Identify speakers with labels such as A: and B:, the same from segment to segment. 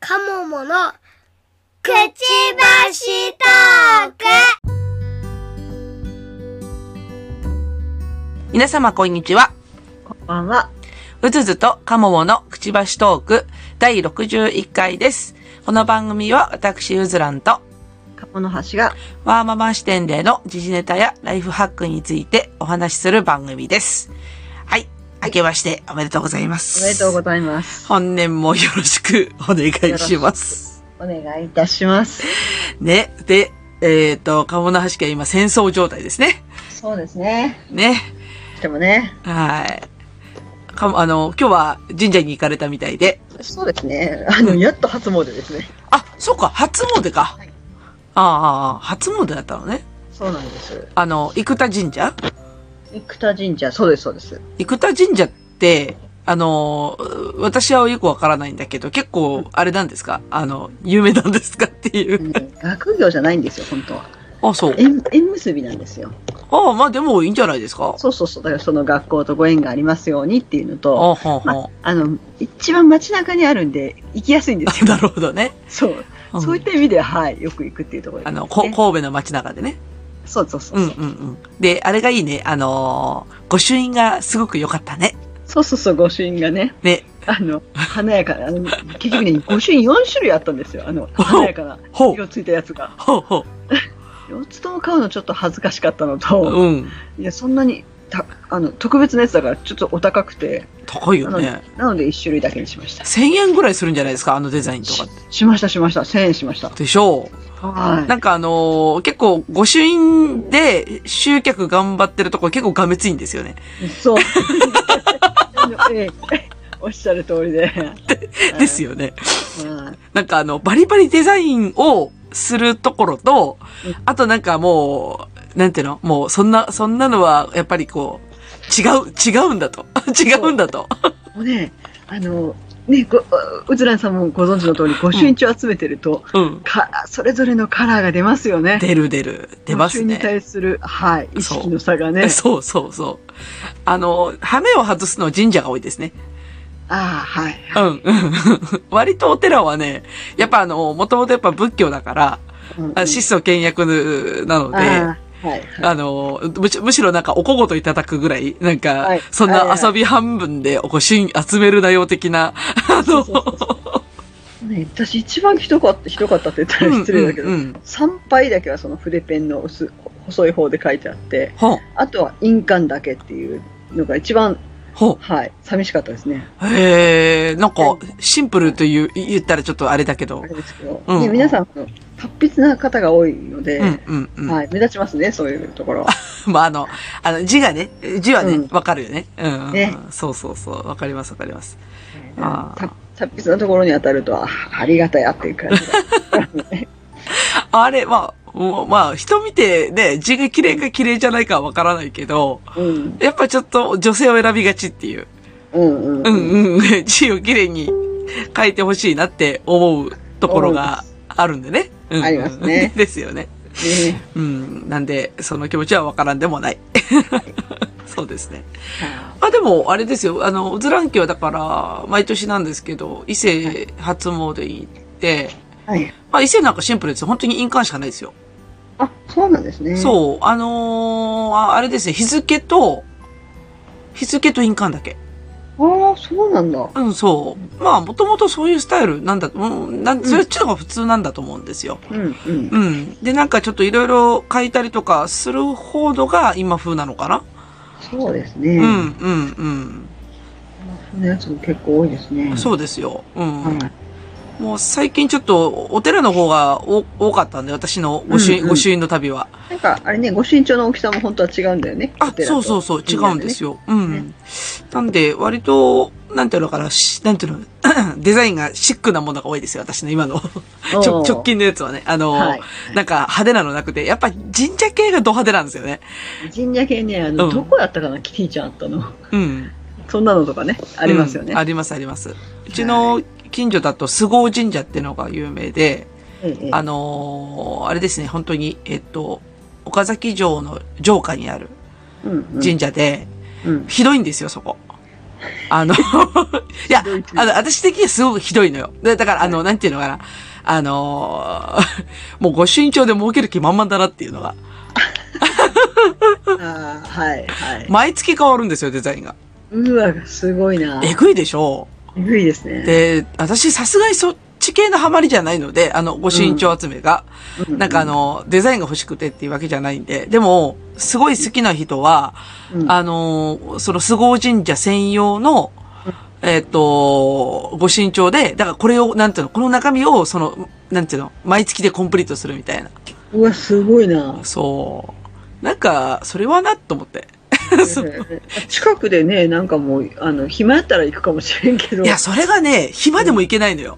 A: カモモのくちばしトーク
B: 皆様、こんにちは。
C: こんばんは。
B: うずずとカモモのくちばしトーク第61回です。この番組は私、うずらんと、
C: カモノハシが
B: ワーママ視点での時事ネタやライフハックについてお話しする番組です。はい。明けましておめでとうございます。
C: おめでとうご
B: い
C: ざいます。
B: 本年もよろしくお願いします。
C: お願いいたします。
B: ね。で、えっ、と、カモの橋家は今戦争状態ですね。
C: そうですね。
B: ね。
C: でもね、
B: はい。かも、あの、今日は神社に行かれたみたいで。
C: そうですね。あの、やっと初詣ですね。
B: あ、そうか、初詣か。
C: はい
B: ああああ、初詣だったのね。
C: そうなんです。
B: あの、生田神社
C: 生田神社、そうです、そうです。
B: 生田神社って、あの、う私はよくわからないんだけど、結構、あれなんですかあの、有名なんですかっていうう。
C: ん学業じゃないんですよ、本当は。
B: あ、そう。
C: 縁、縁結びなんですよ。
B: ああ、まあでもいいんじゃないですか
C: そうそうそう。だからその学校とご縁がありますようにっていうの
B: あ
C: と、
B: あ、ほんほん。
C: あの、一番街中にあるんで、行きやすいんです
B: あ
C: よ。
B: なるほどね。
C: そう。
B: うん
C: そういった意味では、はい、よく行くっていうところで
B: あ
C: す、ね。
B: の、こ神戸の街中でね。
C: そうそうそうう。
B: んうんうん。で、あれがいいね。あのー御朱印がすごく良かったね。
C: そうそうそう、御朱印がね。
B: ね。
C: あの、華やかな、あの結局ね、御朱印4種類あったんですよ。あの、華やかな
B: ほう。
C: 色ついたやつが。
B: ほうほ
C: 4つとも買うのちょっと恥ずかしかったの
B: う。
C: と、
B: うん。
C: いや、そんなに、たあの、特別なやつだからちょっとお高くて、
B: 高い
C: な
B: よ
C: ので、
B: ね。
C: なので1種類だけにしました。
B: 1000円ぐらいするんじゃないですかあのデザインとかって。
C: しました、しました。1000円しました。
B: でしょう
C: は
B: なんかあのー結構、御朱印で集客頑張ってるとこ結構がめついんですよね。
C: い。そう。 あのええおっしゃる通りで。
B: です
C: よ。
B: よね。
C: はい
B: なんかあの、バリバリデザインをするところと
C: うん、
B: あとなんかもう、なんていうのもう、そんな、そんなのは、やっぱりこう、違う、違うんだと。 違うんだと。
C: もうね、あの、ね、ごうずらんさんもご存知の通り、御朱印帳を集めてると、
B: うん。
C: かそれぞれのカラーが出ますよね。
B: 出る出る。出ます
C: 募集に
B: ね。
C: 対する、はい、意識の差がね。
B: そうそうそう。あの、羽目を外すのは神社が多いですね。
C: ああ、はい。
B: うん。 割とお寺はね、やっぱあの、もともとやっぱ仏教だから、
C: うんうん
B: あ質素倹約なので、あ
C: ああはい。
B: のむし、むしろなんかおこごといただくぐらい、なんか、
C: はい
B: そん
C: はい
B: な
C: はい
B: 遊び半分で、おこしん集めるなよ的な、 あ
C: そう
B: の、
C: そうそうそうね、私一番ひどかった、ひどかったって言ったら失礼だけ
B: うんう
C: ど、
B: んうん
C: 参拝だけはその筆ペンの薄細い方で書いてあって、
B: ほん、
C: あとは印鑑だけっていうのが一番、
B: ほ
C: はい、寂しかったですね。
B: ん、へえ、なんか、シンプルという、言ったらちょっとあれだけど
C: あ、れですけど、
B: うん
C: ね、皆さん、あの達筆な方が多いので、
B: うん、うん、うん。
C: はい、目立ちますね、そういうところは。
B: まあ、あの、あの、字がね、字はね
C: うん、
B: わ、かるよね。うん、うん
C: ね
B: そうそうそう。わかります、わかります。あー
C: た達筆なところに当たると、あありがたやっていう感じが。
B: あれ、まあ、もうまあ、人見てね、字が綺麗か綺麗じゃないかはわからないけど、
C: うん、
B: やっぱちょっと女性を選びがちっていう。
C: う
B: うん
C: ん、う。
B: んうん。 字を綺麗に書いてほしいなって思うところがあるんでね。うんうん
C: ありますね
B: ですよね。
C: ね
B: うん。なんで、その気持ちはわからんでもない。 そうですね。
C: は
B: あ、でも、あれですよ。あの、うずらんきはだから、毎年なんですけど、伊勢初詣行って、
C: い。
B: まあ、伊勢なんかシンプルですよ。本当に印鑑しかないですよ。
C: あ、そうなんですね。う。
B: そう。あのーああれですね。日付と、日付と印鑑だけ。
C: ああ、そうなんだ。
B: うん、そう。まあ、もともとそういうスタイルなんだ、うん、なん、それっちのが普通なんだと思うんですよ。
C: うん、うん。
B: うん。で、なんかちょっといろいろ書いたりとかするほどが今風なのかな、
C: そうですね。
B: うん、うん、
C: そのやつも結構多いです
B: う
C: ね。
B: ん。そうですよ。うん。
C: はい。
B: もう最近ちょっとお寺の方がお多かったんで、私のご朱
C: う
B: 印、
C: んうん
B: ご朱印の旅は。
C: なんか、あれね、ご身長の大きさも本当は違うんだよね。
B: あ、そうそうそう、違うんですよ。うん。なんで、割と、なんていうのかな、しなんていうの、 デザインがシックなものが多いですよ、私の今の。
C: よ
B: ちょ直。近のやつはね。あの、
C: はい。
B: なんか派手なのなくて、やっぱ神社系がド派手なんですよね。
C: 神社系ね、あの、
B: うん
C: どこやったかな、キティちゃんあったの。
B: うん。
C: そんなのとかね、ありますよね。
B: うんありますあります。うちの近所だと菅生神社っていうのが有名で、
C: ええ
B: あのーあれですね、本当に、えっと、岡崎城の城下にある
C: うんうん
B: 神社で、
C: うん。
B: ひどいんですよ、そこ。あの、いや
C: ひどいと、いう
B: あの、私的にはすごくひどいのよ。でだから、あの、なんていうのかな。あの ーもうご身長で儲ける気満々だなっていうのが。
C: ああ、はい、はい。
B: 毎月変わるんですよ、デザインが。
C: うわ、すごいな。
B: えぐいでしょ
C: えぐいですね。
B: で、私、さすがにそっち系のハマりじゃないので、あの、ご身長集めが。
C: う
B: なんかあ、の、デザインが欲しくてっていうわけじゃないんで。でも、すごい好きな人は、
C: うん
B: あのーその菅生神社専用の、えっ、と、ご身長で、だからこれを、なんていうの、この中身を、その、なんていうの、毎月でコンプリートするみたいな。
C: うわ、すごいな。
B: そう。なんか、それはな、と思って。
C: 近くでね、なんかもう、あの、暇やったら行くかもしれんけど。
B: いや、それがね、暇でもいけないのよ。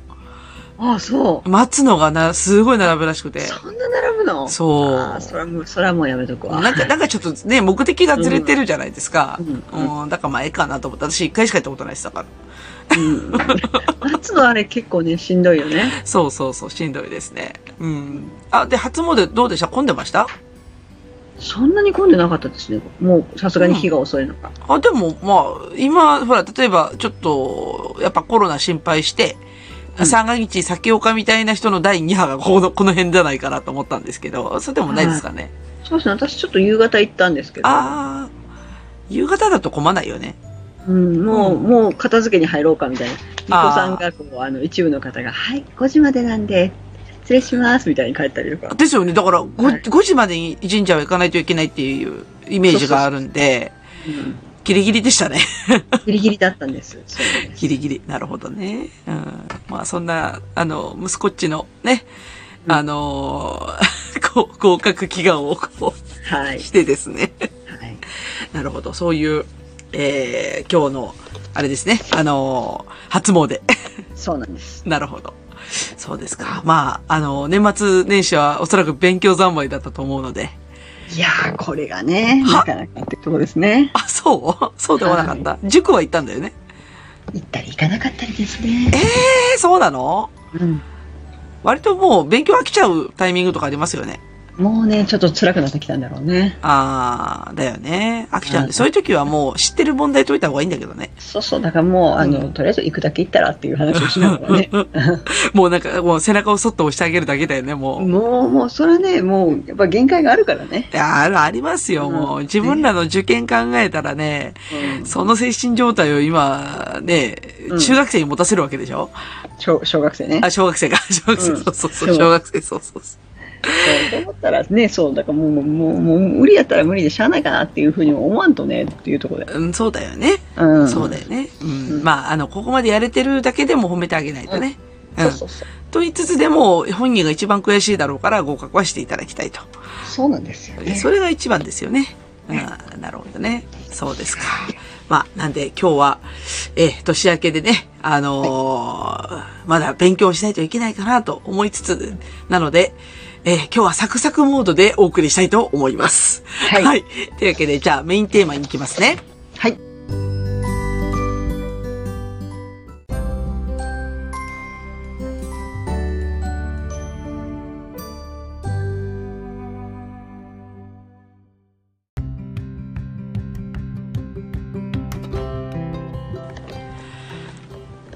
C: ああ、そ
B: 待つのがな、すごい並ぶらしく
C: う。
B: て。
C: そんな並ぶの
B: そう
C: ああ、それはもう、それはもうやめとくわ。
B: なんか、なんかちょっとね、目的がずれてるじゃないですか。
C: うん
B: うん。だからまあ、ええかなと思って、私一回しか行ったことないですだから。
C: うん。夏のあれ結構ね、しんどいよね。
B: そうそうそう、しんどいですね。うん。あ、で、初詣どうでした混んでました
C: そんなに混んでなかったですね。もう、さすがに日が遅いのか。
B: あ、でも、まあ、今、ほら、例えば、ちょっと、やっぱコロナ心配して、
C: うん
B: 三が日先岡みたいな人の第2波がこの、この辺じゃないかなと思ったんですけど、それでもないですかね。
C: そうですね、私ちょっと夕方行ったんですけど。
B: ああ、夕方だと混まないよね。
C: うん、もう、
B: うん
C: もう片付けに入ろうかみたいな。巫
B: あー
C: 女さんがこう、あの、一部の方が、はい、5時までなんで、失礼します、みたいに帰ったりとか。
B: ですよね。だから5、
C: はい
B: 5時までに神社は行かないといけないっていうイメージがあるんで、
C: うん
B: ギリギリでしたね。
C: ギリギリだったんです。そうなんです
B: ギリギリ。なるほどね。うん。まあそんな、あの、息子っちのね、
C: うん
B: あの ーこう合格祈願をこ
C: はい。は
B: うしてですね。
C: い。
B: なるほど。そういう、えー、今日の、あれですね。あのー初詣。
C: そうなんです。
B: なるほど。そうですか。まあ、あの、年末年始はおそらく勉強三昧だったと思うので。
C: いやー、これがね、
B: は
C: なかなかってとこですね。
B: あ、そうそうでもなかった。塾は行ったんだよね。
C: 行ったり行かなかったりですね。
B: えー、そうなの
C: うん。
B: 割ともう勉強飽きちゃうタイミングとかありますよね。
C: もうね、ちょっと辛くなってきたんだろうね。
B: あー、だよね。飽きちゃうん
C: う
B: で。
C: ん
B: そういう時はもう知ってる問題解いた方がいいんだけどね。
C: そうそう、だからもう、あの、とりあえず行くだけ行ったらって いう話をしながらね。
B: もうなんか、もう背中をそっと押してあげるだけだよね、もう。い
C: もう、もう、それはね、もう、やっぱ限界があるからね。
B: やある、ありますよ、
C: うん
B: もう。自分らの受験考えたらね、
C: うん
B: その精神状態を今、ね
C: う、ん
B: 中学生に持たせるわけでしょ、
C: 小小学生ね。
B: あ、小学生が、小学生、
C: うん
B: そうそうそ、
C: そうう
B: 小学生、そうそうそう。
C: そう思ったらね、そう、だからもう、もうもう、もう無理やったら無理でしゃあないかなっていうふうに思わんとね、っていうところで。
B: うん、そうだよね。
C: うん。
B: そうだよね。うん。
C: うん
B: まあ、あの、ここまでやれてるだけでも褒めてあげないとね。うん。
C: そうそうそう。
B: と言いつつでも、本人が一番悔しいだろうから合格はしていただきたいと。
C: そうなんですよね。
B: それが一番ですよね。うん、なるほどね。そうですか。まあ、なんで今日は、えー年明けでね、あのーまだ勉強しないといけないかなと思いつつ、なので、えー今日はサクサクモードでお送りしたいと思います。
C: はい
B: はい。というわけで、じゃあメインテーマに行きますね。
C: はい。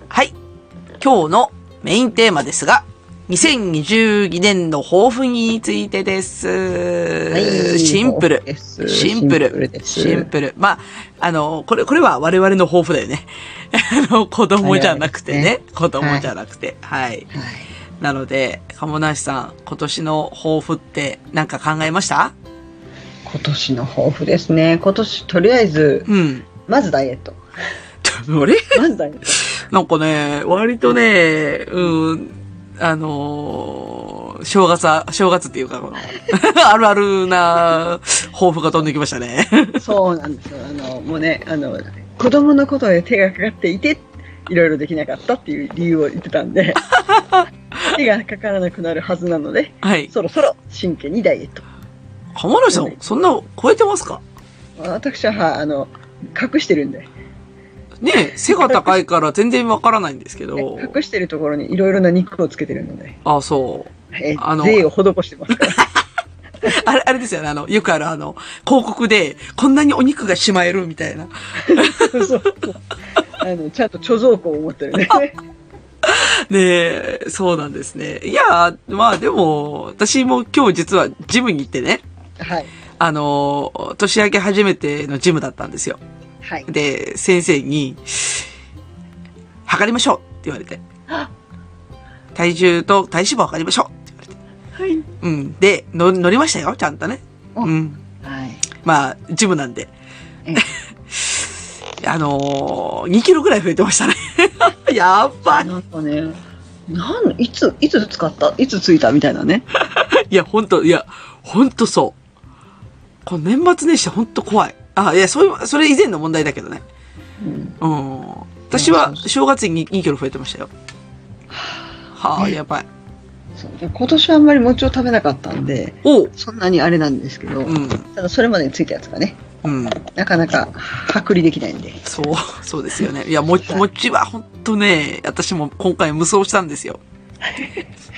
B: はい。今日のメインテーマですが、2022年の抱負についてです。
C: はい
B: シンプル
C: で。す
B: シンプ
C: シンプル
B: ル。
C: です
B: シンプル。まあ、あの、これ、これは我々の抱負だよね。 あの、子供じゃなくてね。
C: 我々
B: 子供じゃなくて。はい。
C: はい。
B: なので、鴨梨さん、今年の抱負って何か考えました
C: 今年の抱負ですね。今年、とりあえず、
B: うん。
C: まずダイエット。
B: あれ
C: まずダイエット。
B: なんかね、割とね、うん、あのー正月は、正月っていうか、この あるあるな抱負が飛んできましたね。
C: そうなんですよ。あの、もうね、あの、子供のことで手がかかっていて、いろいろできなかったっていう理由を言ってたんで、手がかからなくなるはずなので、
B: はい。
C: そろそろ真剣にダイエット。
B: 浜梨さん、そんな超えてますか
C: 私は、はいあの、隠してるんで、
B: ねえ背が高いから全然わからないんですけど。
C: 隠してるところにいろいろな肉をつけてるので、
B: あ、そう。
C: え
B: あの
C: 税を施してますから。
B: あれ、あれですよね。あの、よくあるあの、広告で、こんなにお肉がしまえるみたいな。
C: そうそうあの、ちゃんと貯蔵庫を持ってるね。
B: で、そうなんですね。いや、まあでも、私も今日実はジムに行ってね、
C: はい。
B: あの、年明け初めてのジムだったんですよ。
C: はい。
B: で、先生に、測りましょうって言われて
C: あ。
B: 体重と体脂肪測りましょうって言われて。
C: はい。
B: うん。で、の乗りましたよ、ちゃんとね。
C: お
B: うん。
C: はい。
B: まあ、ジムなんで
C: え。
B: あのー、2キロぐらい増えてました ね。やっばい。
C: なんかね、なん、いつ、いつ使ったいつついたみたいなね。
B: いや、ほんと、いや、ほんとそう。この年末年始ほんと怖い。あ、いや、そういう、それ以前の問題だけどね。
C: うん。
B: うん。私は正月に2キロ増えてましたよ。はあ、やばい。
C: そうで今年はあんまり餅を食べなかったんで、
B: おう。
C: そんなにあれなんですけど、
B: うん。
C: ただそれまでについたやつがね、
B: うん。
C: なかなか剥離できないんで。
B: そう、そうですよね。いや、も、もちはほんとね、私も今回無双したんです よ。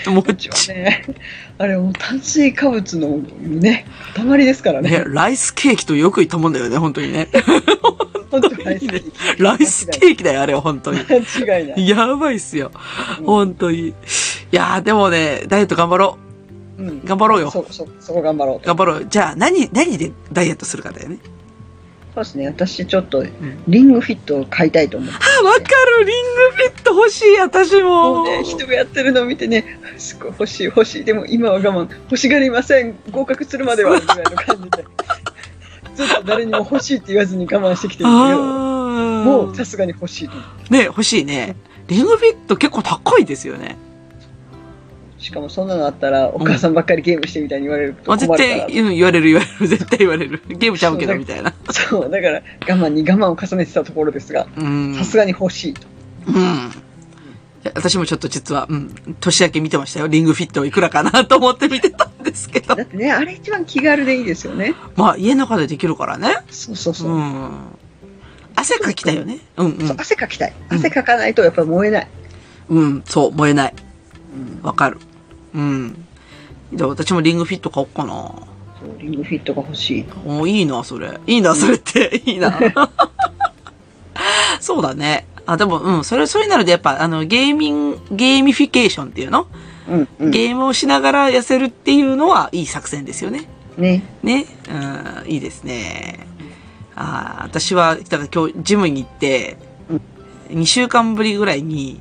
B: もち。
C: ね、 あれもう炭水化物のね、塊ですから
B: ね
C: ね。、
B: ライスケーキとよく言ったもんだよね、本当に ね。
C: 本当に
B: いいね ライスケーキだよ、あれは本当に。
C: ーキ間違いない。
B: やばいっすよ。
C: うん
B: 本当に。いやー、でもね、ダイエット頑張ろ
C: うん
B: う。頑張ろうよ。
C: そ、そ、そこ頑張ろうと。
B: 頑張ろうよ。じゃあ、何、何でダイエットするかだよね。
C: そうですね、私ちょっと
B: ん、
C: リングフィットを買いたいと思って。
B: あ、わかるリングフィット欲しい、私
C: も
B: も
C: う。ね、人がやってるのを見てね、すごい欲しい欲しい、でも今は我慢、欲しがりません、合格するまでは、ぐらいの感じで。ずっと誰にも欲しいって言わずに我慢してきてるんだけど、
B: あ
C: もう
B: ー
C: さすがに欲しいと思
B: ね、欲しいね。リングフィット結構高いですよね。
C: う。しかもそんなのあったら、お母さんばっかりゲームしてみたいに言われると
B: まあ、
C: 困る
B: 絶
C: から。
B: 対うん言われる言われる。絶対言われる。ゲームちゃうけど、みたいな。
C: そう、だから我慢に我慢を重ねてたところですが、
B: うん
C: さ。すがに欲しいと。
B: うん。いや私もちょっと実は、うん、年明け見てましたよ。リングフィットいくらかなと思って見てたんですけど
C: だ。ってね、あれ一番気軽でいいですよね。
B: まあ、家の中でできるからね。
C: そうそうそうう。
B: ん。汗かきたいよね。うん
C: そう汗かきたい。汗かかないとやっぱ燃えない。
B: うん。うん、そう、燃えない。
C: うん
B: わかる。うん。じゃあ私もリングフィット買おうかな。
C: そうリングフィットが欲しい。
B: おいいな、それ。いいな、それって。 いいな。 そうだね。あ、でも、うん、それ、それになると、やっぱ、あの、ゲーミング、ゲーミフィケーションっていうの、
C: うん、うん。
B: ゲームをしながら痩せるっていうのは、いい作戦ですよね。
C: ね。
B: ね。うん、いいですね。あー私は、だから今日、ジムに行って、
C: うん
B: 2週間ぶりぐらいに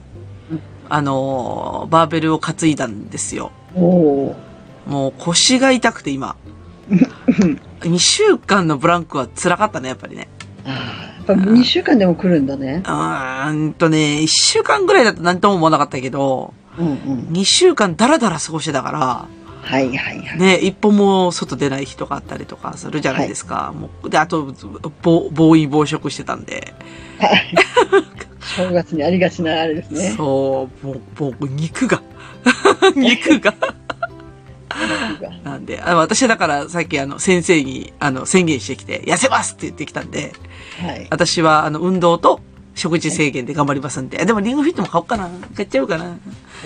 C: うん、
B: あのー、バーベルを担いだんですよ。
C: おお
B: もう腰が痛くて今。
C: ー。
B: 2週間のブランクは辛かったね、やっぱりね。
C: あーやっぱ2週間でも来るんだね
B: う。ーんとね、1週間ぐらいだと何とも思わなかったけど、
C: うんうん。
B: 2週間ダラダラ過ごしてたか
C: はいはいは
B: ら、
C: い。
B: ね、一歩も外出ない日とかあったりとかするじゃないですか。もうで、あと、ぼ暴飲暴食してたんで。
C: はい。正月にありがちなあれですね。
B: そう、もう、もう、肉が。 肉が。なんで、あ私はだからさっきあの先生にあの宣言してきて、痩せますって言ってきたんで、
C: はい。
B: 私はあの運動と食事制限で頑張りますんで、あでもリングフィットも買おうかな。買っちゃおうかな。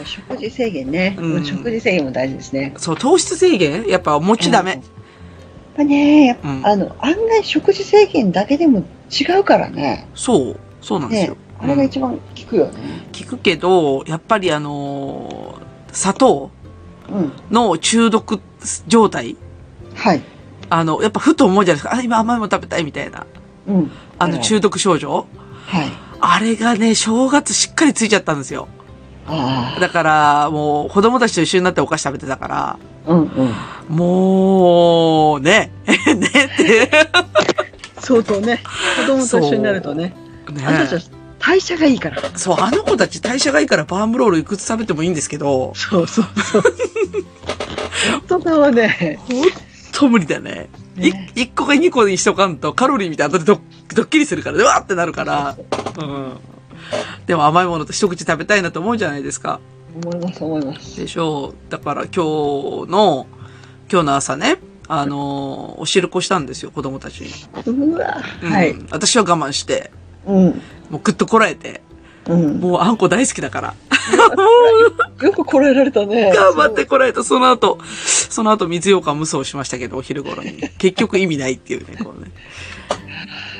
C: 食事制限ね。
B: うん
C: 食事制限も大事ですね。
B: そう、糖質制限やっぱお餅ダ
C: うん
B: メ
C: やっ。ぱね、やっぱ、
B: うん
C: あの、案外食事制限だけでも違うからね。
B: そう、そうなんです
C: ね
B: よ。、
C: あれが一番効くよね。
B: 聞くけど、やっぱりあのー砂糖
C: うん。
B: の中毒状態、
C: はい。
B: あの、やっぱふと思うじゃないですか。あ、今甘いもの食べたいみたいな。
C: うん。
B: あの中毒症状、
C: はい。
B: あれがね、正月しっかりついちゃったんですよ。
C: あ
B: だから、もう、子供たちと一緒になってお菓子食べてたから、
C: あ。うんうん。
B: もう、ね、 ねって。
C: 相当ね。子供と一緒になるとね。あんたた
B: ね
C: ちは代謝がいいから。
B: そう、あの子たち代謝がいいからバームロールいくつ食べてもいいんですけど、
C: そうそうそう。 大人はね、
B: ほんと無理だね。い
C: ね
B: 一個か二個にしとかんとカロリーみたいな後でドッドッキリするから、うわーってなるから。うん。でも甘いものと一口食べたいなと思うじゃないですか。
C: 思います思います。
B: でしょう。だから今日の、今日の朝ね、あのー、お汁粉したんですよ、子供たちに。
C: うわ、
B: うん
C: はい。。
B: 私は我慢して、
C: うん。
B: もうぐっとこらえて、
C: うん。
B: もうあんこ大好きだから。
C: よくこらえられたね。
B: 頑張ってこらえた。その後、そ の後水羊羹無双しましたけど、お昼頃に。結局意味ないっていうね、こうね。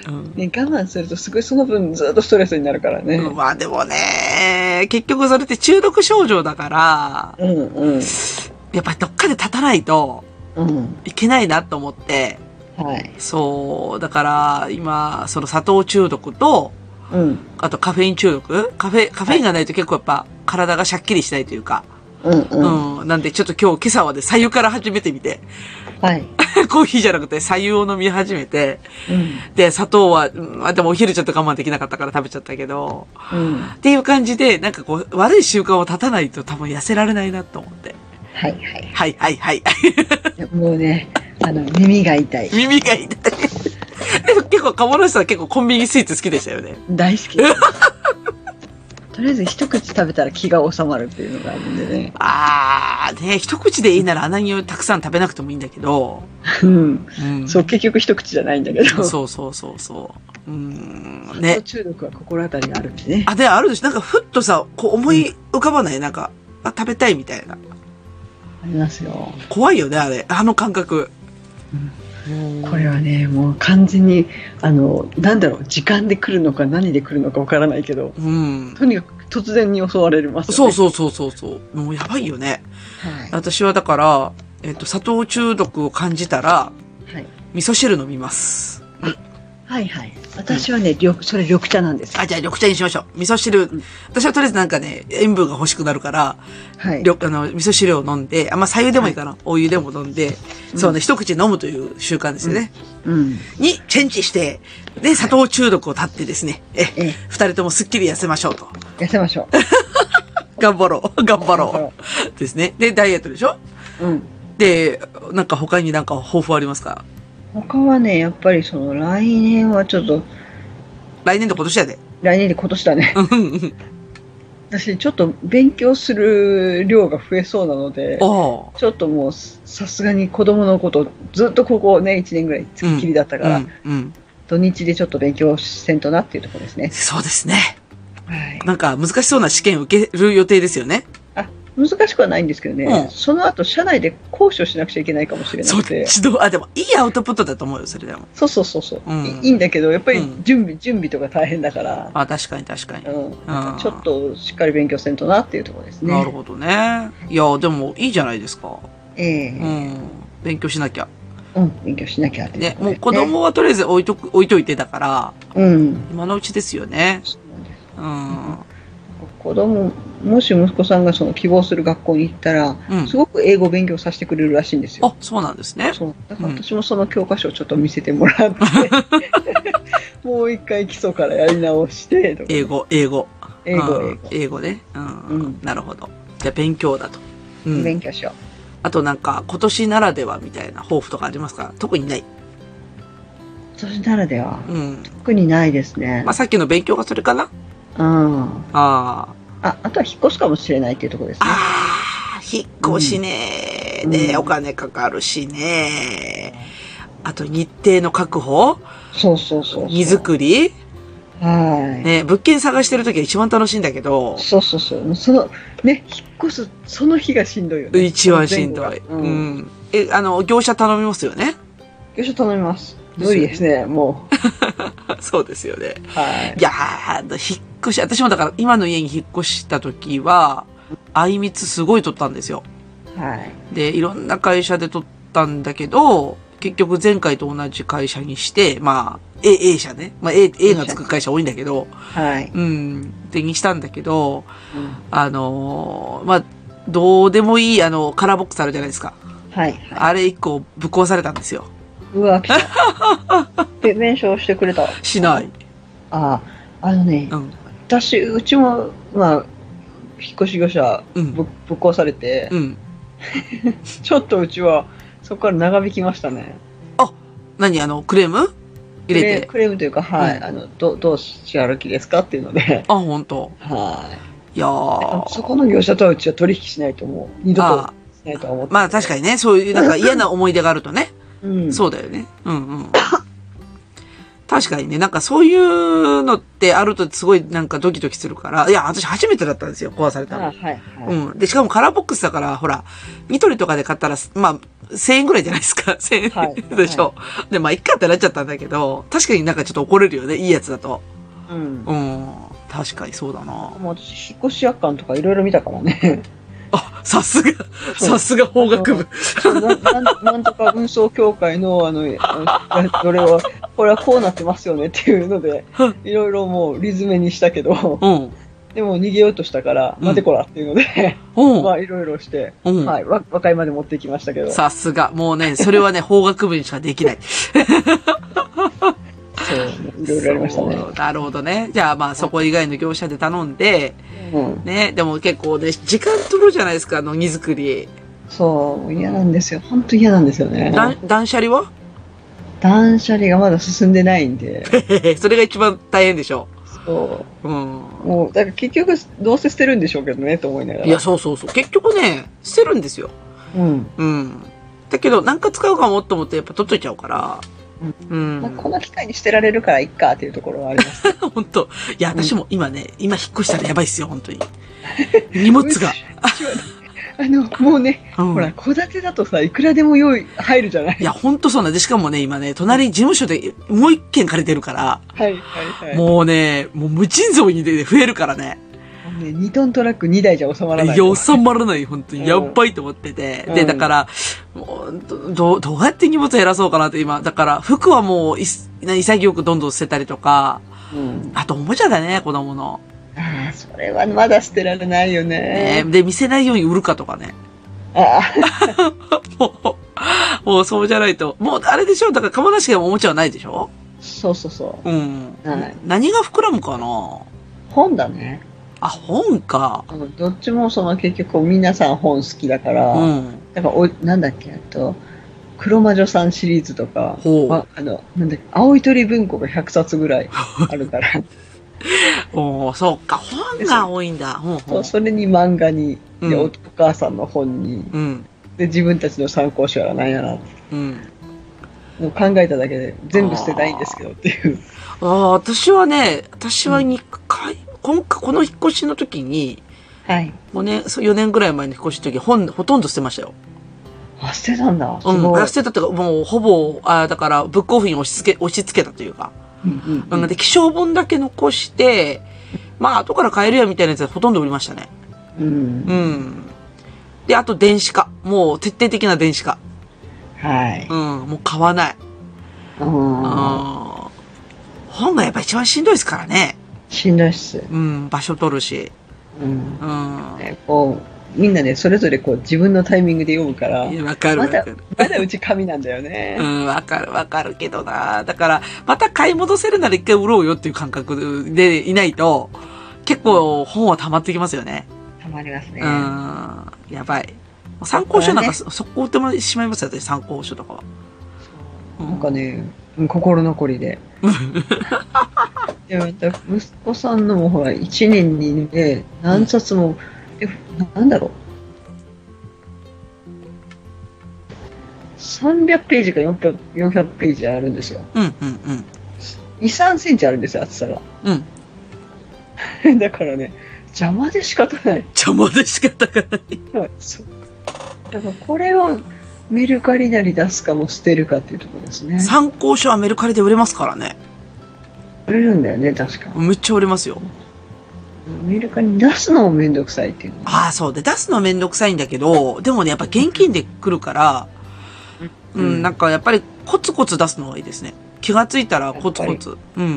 B: うん
C: ね、我慢するとすごいその分ずっとストレスになるからね。
B: うんまあでもね、結局それって中毒症状だから、
C: うんうん。
B: やっぱりどっかで立たないと
C: うん。
B: いけないなと思って、
C: はい。
B: そう、だから今、その砂糖中毒と、
C: うん。
B: あとカフェイン中毒カフェ、カフェインがないと結構やっぱ体がシャッキリしないというか、
C: うんうん。
B: うん。なんでちょっと今日今朝はね、左右から始めてみて、
C: はい。
B: コーヒーじゃなくて左右を飲み始めて、
C: うん。
B: で、砂糖は、うん、あでもお昼ちょっと我慢できなかったから食べちゃったけど、
C: うん。
B: っていう感じで、なんかこう、悪い習慣を立たないと多分痩せられないなと思って。
C: はいはい
B: はいはいはい。
C: や。もうね、あの、耳が痛い。
B: 耳が痛い。 でも結構、カモロシさん結構コンビニスイーツ好きでしたよね。
C: 大 好き。とりあえず一口食べたら気が収まるっていうのがあるんでね。
B: あー、ね、一口でいいなら穴にたくさん食べなくてもいいんだけど。
C: うん。
B: うん
C: そう、結局一口じゃないんだけど。
B: そうそうそうそう。うーん、
C: 砂糖
B: ね。
C: 中毒は心当たりがあるんでね。
B: あ、で、あるでしょ。なんか、ふっとさ、こう思い浮かばない。なんか、あ、食べたいみたいな。
C: ありますよ。
B: 怖いよね、あれ。あの感覚。
C: これはね、もう完全に、あの、なんだろう、時間で来るのか何で来るのかわからないけど、
B: うん。
C: とにかく突然に襲われますよ、ね。
B: そうそうそうそうそう。もうやばいよね。
C: はい。
B: 私はだから、えっと、砂糖中毒を感じたら、
C: はい。
B: 味噌汁飲みます。
C: はいはい。私はね、緑、それ緑茶なんです。
B: あ、じゃあ緑茶にしましょう。味噌汁。私はとりあえずなんかね、塩分が欲しくなるから、
C: はい。
B: 緑、あの、味噌汁を飲んで、あ、まあ、左右でもいいかな。お湯でも飲んで、そうね、一口飲むという習慣ですよね。
C: うん。
B: にチェンジして、で、砂糖中毒を断ってですね、え、
C: ええ
B: 二人ともスッキリ痩せましょうと。
C: 痩せましょ
B: 頑張ろう、頑張
C: 頑張
B: ろ
C: ろ
B: う。ですね。で、ダイエットでしょ
C: う。うん。
B: で、なんか他になんか抱負ありますか
C: 他はね、やっぱりその来年はちょっと、
B: 来年と今年やで。
C: 来年で今年だね。
B: うんうんう ん。
C: 私ちょっと勉強する量が増えそうなので、
B: おー
C: ちょっともうささすがに子供のことずっとここね、1年ぐらいつきっきりだった
B: う
C: から、
B: ん、うん。
C: 土日でちょっと勉強せんとなっていうところですね。
B: そうですね。
C: はい。
B: なんか難しそうな試験受ける予定ですよね。
C: 難しくはないんですけどね、
B: うん
C: その後社内で交渉しなくちゃいけないかもしれな
B: そっ
C: くて。
B: ちの、あ、でもいいアウトプットだと思うよ、それでも。
C: そうそうそうそう、
B: うん
C: いいいんだけどやっぱり
B: うん
C: 準備、準備とか大変だから、
B: あ、確かに確かに
C: う。ん、なんかちょっとしっかり勉強せんとなっていうところですね。
B: なるほどね。いや、でもいいじゃないですか。
C: ええ
B: うん。勉強しなきゃ。
C: うん、勉強しなきゃっていう
B: ね
C: と、ころ
B: もう
C: です
B: 子供はとりあえず置いとく、置いといてだから、
C: うん、
B: 今のうちですよね。
C: そうなんです
B: うん。
C: 子供もし息子さんがその希望する学校に行ったら、
B: うん
C: すごく英語勉強させてくれるらしいんですよ。
B: あ、そうなんですね。
C: そうだから私もその教科書をちょっと見せて もらって、もう一回基礎からやり直してとか
B: 英語、英語。
C: 英語
B: うん
C: 英語
B: 英語ね。うん。
C: うん
B: なるほど。じゃあ勉強だと。う
C: 勉
B: ん。
C: 強しよ
B: あとなんか、今年ならではみたいな抱負とかありますか特にない。
C: う。年ならでは
B: うん。
C: 特にないですね
B: まあ、。さっきの勉強がそれかな
C: うん、
B: あ
C: ああとは引っ越すかもしれないっていうところです
B: あ。
C: ね。
B: ああ、引っ越しね。
C: うん
B: ね、
C: うん
B: お金かかるしね。あと日程の確保
C: そうそうそうそう。
B: 荷造り
C: はい。
B: ね、物件探してるときは一番楽しいんだけど、
C: そうそうそう。その、ね、引っ越す、その日がしんどいよね。
B: 一番しんどい。
C: う
B: うんん。え、あの、業者頼みますよね
C: よいしょ、頼みます。無理ですね、もう。
B: そうですよね。
C: はい
B: い。やー、引っ越し、私もだから今の家に引っ越したときは、あいみつすごい取ったんですよ。
C: はい。
B: で、いろんな会社で取ったんだけど、結局前回と同じ会社にして、まあ、A、A 社ね。まあ、A、A がつく会社多いんだけど、
C: はい。
B: うん、でにしたんだけど、
C: うん
B: あのーまあ、どうでもいい、あの、カラーボックスあるじゃないですか。
C: はい。はい
B: あれ一個ぶっ壊されたんですよ。
C: うわ、来た。 で、弁償してくれた。あ
B: しない。
C: あ、あのね
B: う、ん。
C: 私、うちも、まあ、引っ越し業者
B: うん
C: ぶ,、ぶっ壊されて、
B: うん。
C: ちょっとうちは、そこから長引きましたね。
B: 何あの、クレーム入れ
C: クレ
B: て。
C: クレームというか、はい。
B: うん
C: あの、どどうし歩きですかっていうので、
B: あ、本当。
C: はい。
B: いやー
C: そこの業者とはうちは取引しないと思う。二度と
B: あ
C: しないとは思ってる。
B: まあ確かにね、そういうなんか嫌な思い出があるとね、
C: に。うん、
B: そうだよね。うんうん。確かにね、なんかそういうのってあるとすごいなんかドキドキするから、いや、私初めてだったんですよ、壊された
C: あ
B: の。
C: はい、はい。
B: うん。で、しかもカラーボックスだから、ほら、ニトリとかで買ったら、まあ、1000円ぐらいじゃないですか。1000円、
C: はい
B: でしょ。で、まあ、いっかってなっちゃったんだけど、確かになんかちょっと怒れるよね、いいやつだと。
C: うん。
B: うん。確かにそうだな。
C: もう私、引っ越し約款とかいろいろ見たからね。
B: あ、さすが、
C: そ
B: さ
C: う
B: すが法学部。
C: な なんなんとか運送協会の、あの、あのどれを、これはこうなってますよねっていう ので、いろいろもう、リズメにしたけど、
B: うん。
C: でも逃げようとしたから、
B: うん
C: 待てこらっていうので、
B: うん。
C: まあ、いろいろして、
B: うん
C: はい、わ和解まで持ってきましたけど。
B: さすが。もう ね、それはね、法学部にしかできない。
C: そう、いろいろありましたね。
B: そうなるほどね。じゃあまあそこ以外の業者で頼んで、
C: うん、
B: ね、でも結構ね、時間取るじゃないですか、の荷造り。
C: そう、嫌なんですよ。本当嫌なんですよね。
B: 断断捨離は
C: 断捨離がまだ進んでない んで、
B: それが一番大変でしょ。
C: そう
B: うん。
C: う、もう、だから結局、どうせ捨てるんでしょうけどね、と思いながら。
B: いや、そうそうそう。結局ね、捨てるんですよ。
C: うん。
B: うん。だけど、なんか使うかもと思って、やっぱ取っといちゃうから。うん。
C: まあ、この機会に捨てられるからいっかっていうところはあります。
B: 本当いや、私も今ね、今引っ越したらやばいっすよ、本 当に。荷物が。
C: あの、もうね、
B: うん
C: ほら、戸建てだとさ、いくらでも用意入るじゃない
B: いや、ほんとそうなんで、しかもね、今ね、隣に事務所でもう一軒借りてるから、
C: はいはいはい。も
B: もうね、もう無尽蔵にで増えるからね。
C: うね、2トントラック2台じゃ収まらない。
B: いや、収まらない、本当に。や
C: うん
B: ばいと思ってて。
C: う
B: で、
C: ん
B: だから、もうど、どうどうやって荷物減らそうかなって今。だから、服はもういす、潔くどんどん捨てたりとか、
C: うん。
B: あとおもちゃだね、子供の。
C: ああ、それはまだ捨てられないよ
B: ね
C: ね。
B: で、見せないように売るかとかね。
C: ああ、
B: もう、もうそうじゃないと。もう、あれでしょだから、かもなしがおもちゃはないでしょ
C: そうそうそう。
B: うん。
C: はい
B: 何が膨らむかな
C: 本だね。
B: あ、本か。
C: うんどっちもその結局皆さん本好きだか
B: う
C: ら、
B: ん。
C: だからおなんだっけ、あと、黒魔女さんシリーズとか、
B: ほう
C: ああの、なんだっけ、青い鳥文庫が100冊ぐらいある から、
B: おおそうか。本が多いんだ。ほうほ
C: そうう。それに漫画に、で
B: うん
C: おお母さんの本に、
B: うん。
C: で、自分たちの参考書やら何やら、も
B: うん。
C: う考えただけで全部捨てないんですけどっていう。
B: ああ、私はね、私は
C: うん
B: 2回、今回、この引っ越しの時に、
C: はい。
B: 5年、そう4年ぐらい前の引っ越しの時、本、ほとんど捨てましたよ。
C: あ、捨てたんだ。す
B: うん。
C: ごい
B: あ。捨てたというか、もう、ほぼ、ああ、だから、ブックオフに押し付け、押し付けたというか。
C: うんう
B: うん
C: うん
B: ん。で、希少本だけ残して、まあ、後から買えるやみたいなやつはほとんど売りましたね。
C: うん
B: う。ん。で、あと、電子化。もう、徹底的な電子化。
C: はい。
B: うん。もう買わない。
C: うん。
B: あー本がやっぱ一番しんどいですからね。
C: しんどいっす。
B: うん、場所取るし。
C: うん。
B: うん。
C: ねこう、みんなね、それぞれこう自分のタイミングで読むから、
B: いやわかるわ
C: ま
B: か
C: だ
B: る。、
C: まだうち紙なんだよね
B: う。ん、わかるわかるけどな。だから、また買い戻せるなら一回売ろうよっていう感覚でいないと、結構本は溜まってきますよね。
C: たまりますね
B: うん。。やばい。参考書なんかそ速攻売ってもしまいますよ、私参考書とかは。うん
C: なんかね、うん心残りで。でまた息子さんのもほら、1年にね、何冊も、え、なんだろう。300ページか400 400ページあるんですよ。
B: うん、うん、うん。
C: 2、3センチあるんですよ、厚さが。
B: うん。
C: だからね、邪魔で仕方ない。
B: 邪魔で仕方がない。
C: はいそうだからこれをメルカリなり出すかも捨てるかっていうところですね。
B: 参考書はメルカリで売れますからね。
C: 売れるんだよね、確か。
B: めっちゃ売れますよ。
C: メルカリに出すのもめんどくさいっていうのは。
B: ああ、そう。で、出すのめんどくさいんだけど、でもね、やっぱ現金で来るから、う
C: うん
B: ん、なんかやっぱりコツコツ出すのがいいですね。気がついたらコツコツ。うん。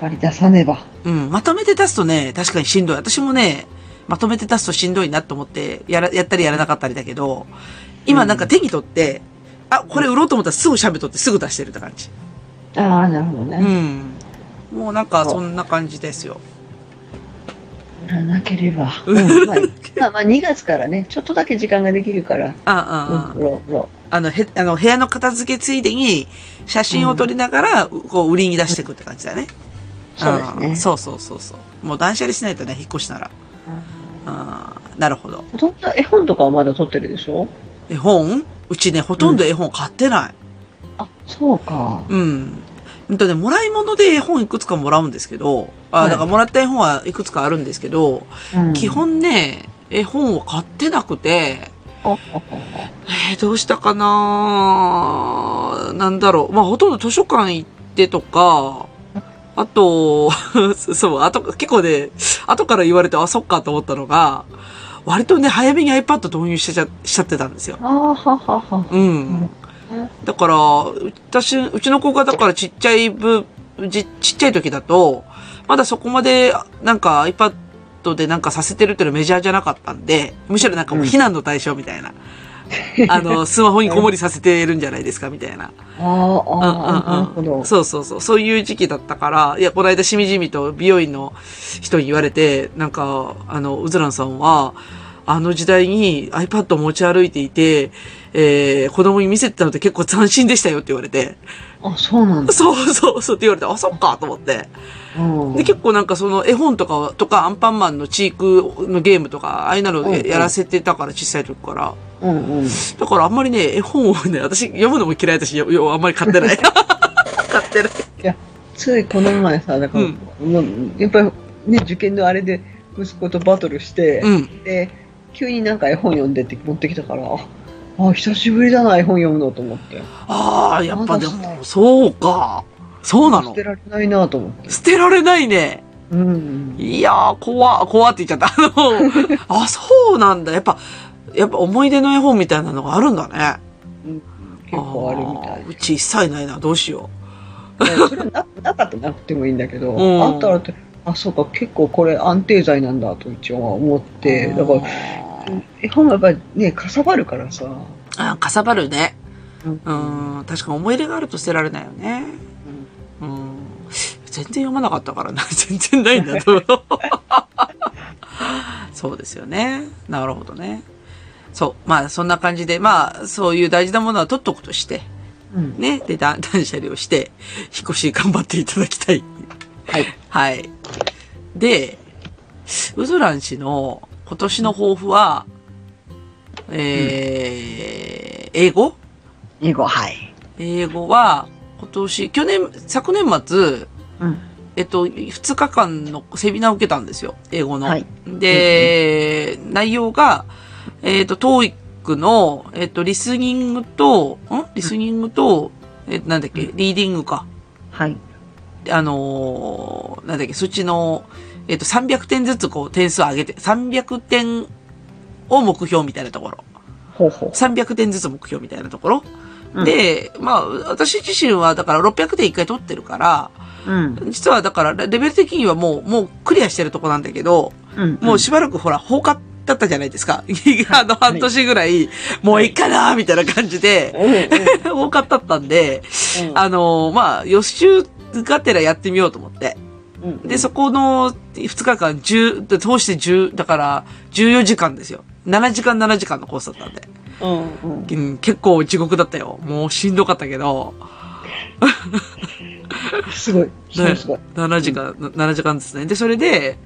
C: やっぱり出さねば。
B: うん。まとめて出すとね、確かにしんどい。私もね、まとめて出すとしんどいなと思って、やら、やったりやらなかったりだけど、今なんか手に取って、あ、これ売ろうと思ったらすぐ喋っとってすぐ出してるって感じ。
C: ああ、なるほど
B: う
C: ね。
B: ん。もうなんかそんな感じですよ。
C: 売らなければ。
B: 売
C: うんまあ、まあまあ2月からね、ちょっとだけ時間ができるから。
B: ああ、
C: うん
B: ああ、、
C: 売ろう、売ろ
B: あの、へ、あの、部屋の片付けついでに、写真を撮りながら、こう、売りに出していくって感じだね。
C: う。そうです
B: ん
C: ね。
B: そうそうそうそう。もう断捨離しないとね、引っ越しなら。あーなるほど。
C: ほとんど絵本とかはまだ撮ってるでしょ
B: 絵本うちね、ほとんど絵本買ってない。
C: あ、そうか。
B: うん。うんとね、もらい物で絵本いくつかもらうんですけど、あ、
C: はい
B: だからもらった絵本はいくつかあるんですけど、基本ね、絵本を買ってなくて、
C: お
B: えーどうしたかななんだろう。まあ、ほとんど図書館行ってとか、あと、 そう、あと、結構ね、後から言われて、あ、そっかと思ったのが、割とね、早めに iPad 導入してちゃ、しちゃってたんですよ。
C: ああははは
B: うん。だから、私、うちの子がだからちっちゃい部、じちっちゃい時だと、まだそこまで、なんか iPad でなんかさせてるっていうのはメジャーじゃなかったんで、むしろなんかもう避難の対象みたいな。あの、スマホにこもりさせてるんじゃないですか、みたいな。
C: ああああなる
B: う
C: ほ
B: んうんう
C: ど
B: ん。そうそうそう。そういう時期だったから、いや、この間しみじみと美容院の人に言われて、なんか、あの、うずらんさんは、あの時代に iPad を持ち歩いていて、えー、子供に見せてたのって結構斬新でしたよって言われて、
C: あそうなんだ
B: そうそうそうって言われて、あ、そっかと思って。
C: うん
B: で、結構なんかその絵本とか、とかアンパンマンのチークのゲームとか、ああいうの
C: うんうん
B: やらせてたから、小さい時から。
C: うんうん
B: だからあんまりね、絵本をね、私読むのも嫌いだし、よよあんまり買って ない。 買ってない。
C: ついこの前さだから、
B: うん
C: もうやっぱりね受験のあれで息子とバトルして、
B: うん。
C: で急になんか絵本読んでって持ってきたからああ久しぶりだな絵本読むのと思って
B: ああ、やっぱで
C: まだ
B: も、そうか。そうな
C: 捨
B: の
C: て。られないなと思って
B: 捨てられないね。
C: うん
B: いやー、怖っ、怖って言っちゃった。あ の、あ、そうなんだ。やっぱ、やっぱ思い出の絵本みたいなのがあるんだね。
C: うん結構あるみた
B: あーう
C: い
B: ち一切ないな。どうしよ
C: でそれな なかったらなくてもいいんだけど、
B: うん
C: あったらってあそうか結構これ安定剤なんだと一応は思っ
B: う。
C: てだから絵本はやっぱりねかさばるからさ、
B: ら。あ、かさばるね。
C: うん
B: うん、確かに思い入れがあると捨てられないよね。うん。全然読まなかったからな。 全然ないんだと思 う。そうですよね。なるほどね。そう。まあ、そんな感じで、まあ、そういう大事なものは取っとくとして、
C: うん
B: ね。で、だ断捨離をして、引っ越し頑張っていただきたい。
C: はい
B: はい。で、ウズラン氏の今年の抱負は、えー、英語
C: 以後はい、
B: 英語は、今年、去年、昨年末、
C: うん
B: えっと、2日間のセミナーを受けたんですよ。英語の。
C: はい
B: で、内容が、えっと、TOEIC の、えっと、リスニングと、んリスニングと、えっと、なんだっけ、リーディングか。
C: はい
B: あのーなんだっけ、そっちの、えっと、300点ずつこう点数を上げて、300点を目標みたいなところ。
C: ほうほう
B: 300点ずつ目標みたいなところ。
C: うん
B: で、まあ、私自身はだから600点一回取ってるから、
C: うん
B: 実はだからレベル的にはもう、もうクリアしてるとこなんだけど、
C: うん
B: もうしばらくほら、放課だったじゃないですか。 あの、半年ぐらい、もういいかなみたいな感じで、
C: うんうん
B: 放課だったんで、
C: うん
B: あの、まあ、予習がてらやってみようと思って。
C: うん
B: で、そこの2日間、10、で通して10、だから14時間ですよ。7時間7時間のコースだったんで。
C: うんうん
B: うん、結構地獄だったよ。もうしんどかったけど、
C: すごいすごいすごい、
B: 7時間、7時間ですね。で、それで、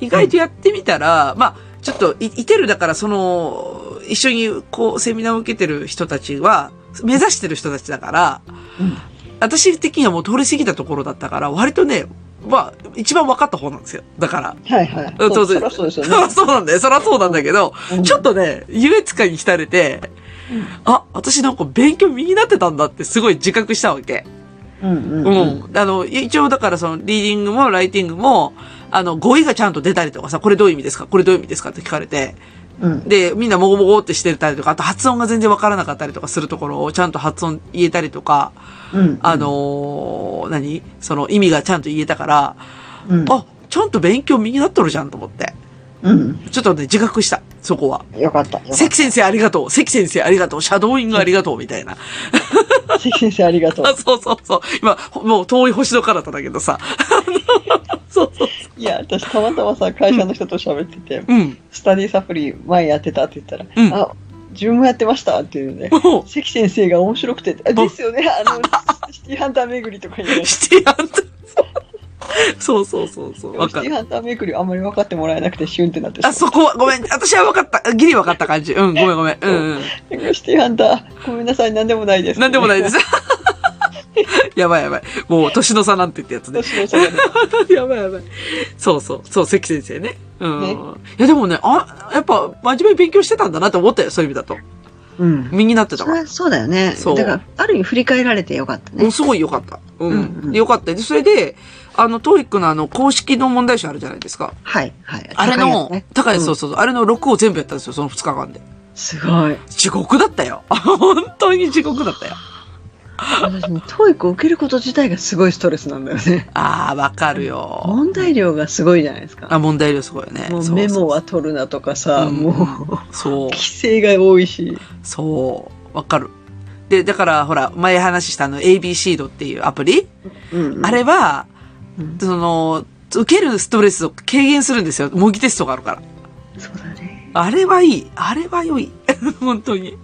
B: 意外とやってみたら、まあ、ちょっとい、いてるだから、その、一緒にこう、セミナーを受けてる人たちは、目指してる人たちだから、
C: うん
B: 私的にはもう通り過ぎたところだったから、割とね、まあ、一番分かった方なんですよ。だから。
C: はいはい
B: うん
C: そ
B: 当然
C: そりゃそうですよ ね
B: そうなんだよ。そりゃそうなんだけど、
C: うん
B: ちょっとね、優越感に浸れて、
C: うん
B: あ、私なんか勉強身になってたんだってすごい自覚したわけ。
C: うんうん
B: う
C: うん
B: ん。あの、一応だからその、リーディングもライティングも、あの、語彙がちゃんと出たりとかさ、これどういう意味ですかこれどういう意味ですかって聞かれて、
C: うん
B: で、みんなもごもごってしてたりとか、あと発音が全然わからなかったりとかするところをちゃんと発音言えたりとか、
C: うん
B: あのー何その意味がちゃんと言えたから、
C: うん
B: あ、ちゃんと勉強身になっとるじゃんと思って。
C: うん
B: ちょっとね、自覚した。そこは。
C: よかったよかった
B: 関先生ありがとう。関先生ありがとう。シャドーイングありがとう。みたいな。
C: 関先生ありがとう
B: あ、そうそうそう。今、ほもう遠い星の彼方だけど さ。そうそう。
C: いや、私たまたまさ、会社の人と喋ってて、
B: うん。
C: スタディサプリ前やってたって言ったら、
B: うん
C: あ、自分もやってましたっていうので、
B: も
C: 関先生が面白くて、あですよね、あの、シティハンター巡りとか言う
B: う、してやんと。そうそうそう そう。わ
C: シテ
B: か
C: ィ
B: る。
C: ハンター巡りあんまり分かってもらえなくて、シュンってなってしま
B: あ、
C: う
B: そこは、ごめん。私はわかった。ギリわかった感じ。うん、ごめんごめん。うん、うん。
C: シティハンター、ごめんなさい、なんでもないです。
B: なんでもないです。 やばいやばい。もう、年の差なんてってや つね。
D: 年の差がね
B: やばいやばい。そうそう、そう、関先生ね。うん。
D: ね
B: いや、でもね、あ、やっぱ、真面目に勉強してたんだなって思ったよ、そういう意味だと。
D: うん。
B: 身になってた
C: そ
B: わ。
C: れそうだよね。
B: そう
C: だから、ある意味振り返られてよかった
B: も
C: ね
B: う。すごい良かった。うん。
C: うんうん
B: で良かった。で、それで、あの、トーイックのあの、公式の問題集あるじゃないですか。
C: はい、はい。
B: あれの、高い,、
C: 高いやつ
B: そう
C: ね
B: そうそう、あれの6を全部やったんですよ、その2日間で。
D: すごい。
B: 地獄だったよ。 本当に地獄だったよ。
D: 私ね、トイックを受けること自体がすごいストレスなんだよね。
B: ああ、わかるよ。
D: 問題量がすごいじゃないですか。
B: あ、問題量すごいよね。
D: もう
B: そう
D: メモは取るなとかさ、
B: うん
D: もう、
B: そう。
D: 規制が多いし。
B: そう。わかる。で、だから、ほら、前話したあの、ABC ドっていうアプリ、
D: うんうん
B: あれは、
D: うん
B: その、受けるストレスを軽減するんですよ。模擬テストがあるから。
C: そうだね。
B: あれはいい。あれは良い。 本当に。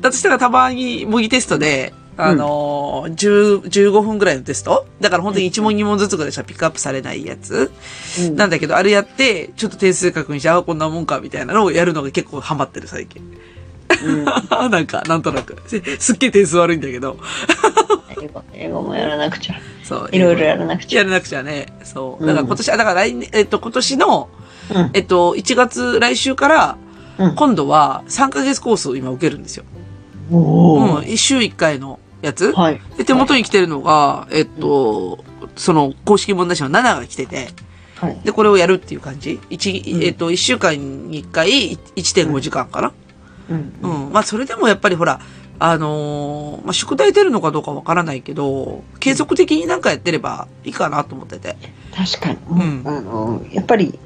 B: だとしたらたまに模擬テストで、あのー、10 15分ぐらいのテストだから本当に1問2問ずつぐらいしかピックアップされないやつ、
D: うん
B: なんだけど、あれやって、ちょっと点数確認して、ああ、こんなもんか、みたいなのをやるのが結構ハマってる、最近。
D: うん
B: なんか、なんとなく。せすっげえ点数悪いんだけど。
C: 英語英語もやらなくちゃ。
B: そう。
C: いろいろやらなくちゃ。
B: やらなくちゃね。そう。だから今年、あ、だから来年、えっと、今年の、
C: うん
B: えっと、1月、来週から、
C: うん
B: 今度は3ヶ月コースを今受けるんですよ。う
C: おー
B: ん。週1回のやつ。
C: はい。
B: で、手元に来てるのが、えっと、その、公式問題集の7が来てて、
C: はい。
B: で、これをやるっていう感じ。一、
C: うん
B: えっと、1週間に1回、い1.5時間かな。
C: うん。
B: うん。まあ、それでもやっぱりほら、あのーまあ、宿題出るのかどうかわからないけど、継続的になんかやってればいいかなと思ってて。
C: 確かに。
B: ん
C: あの、やっぱり、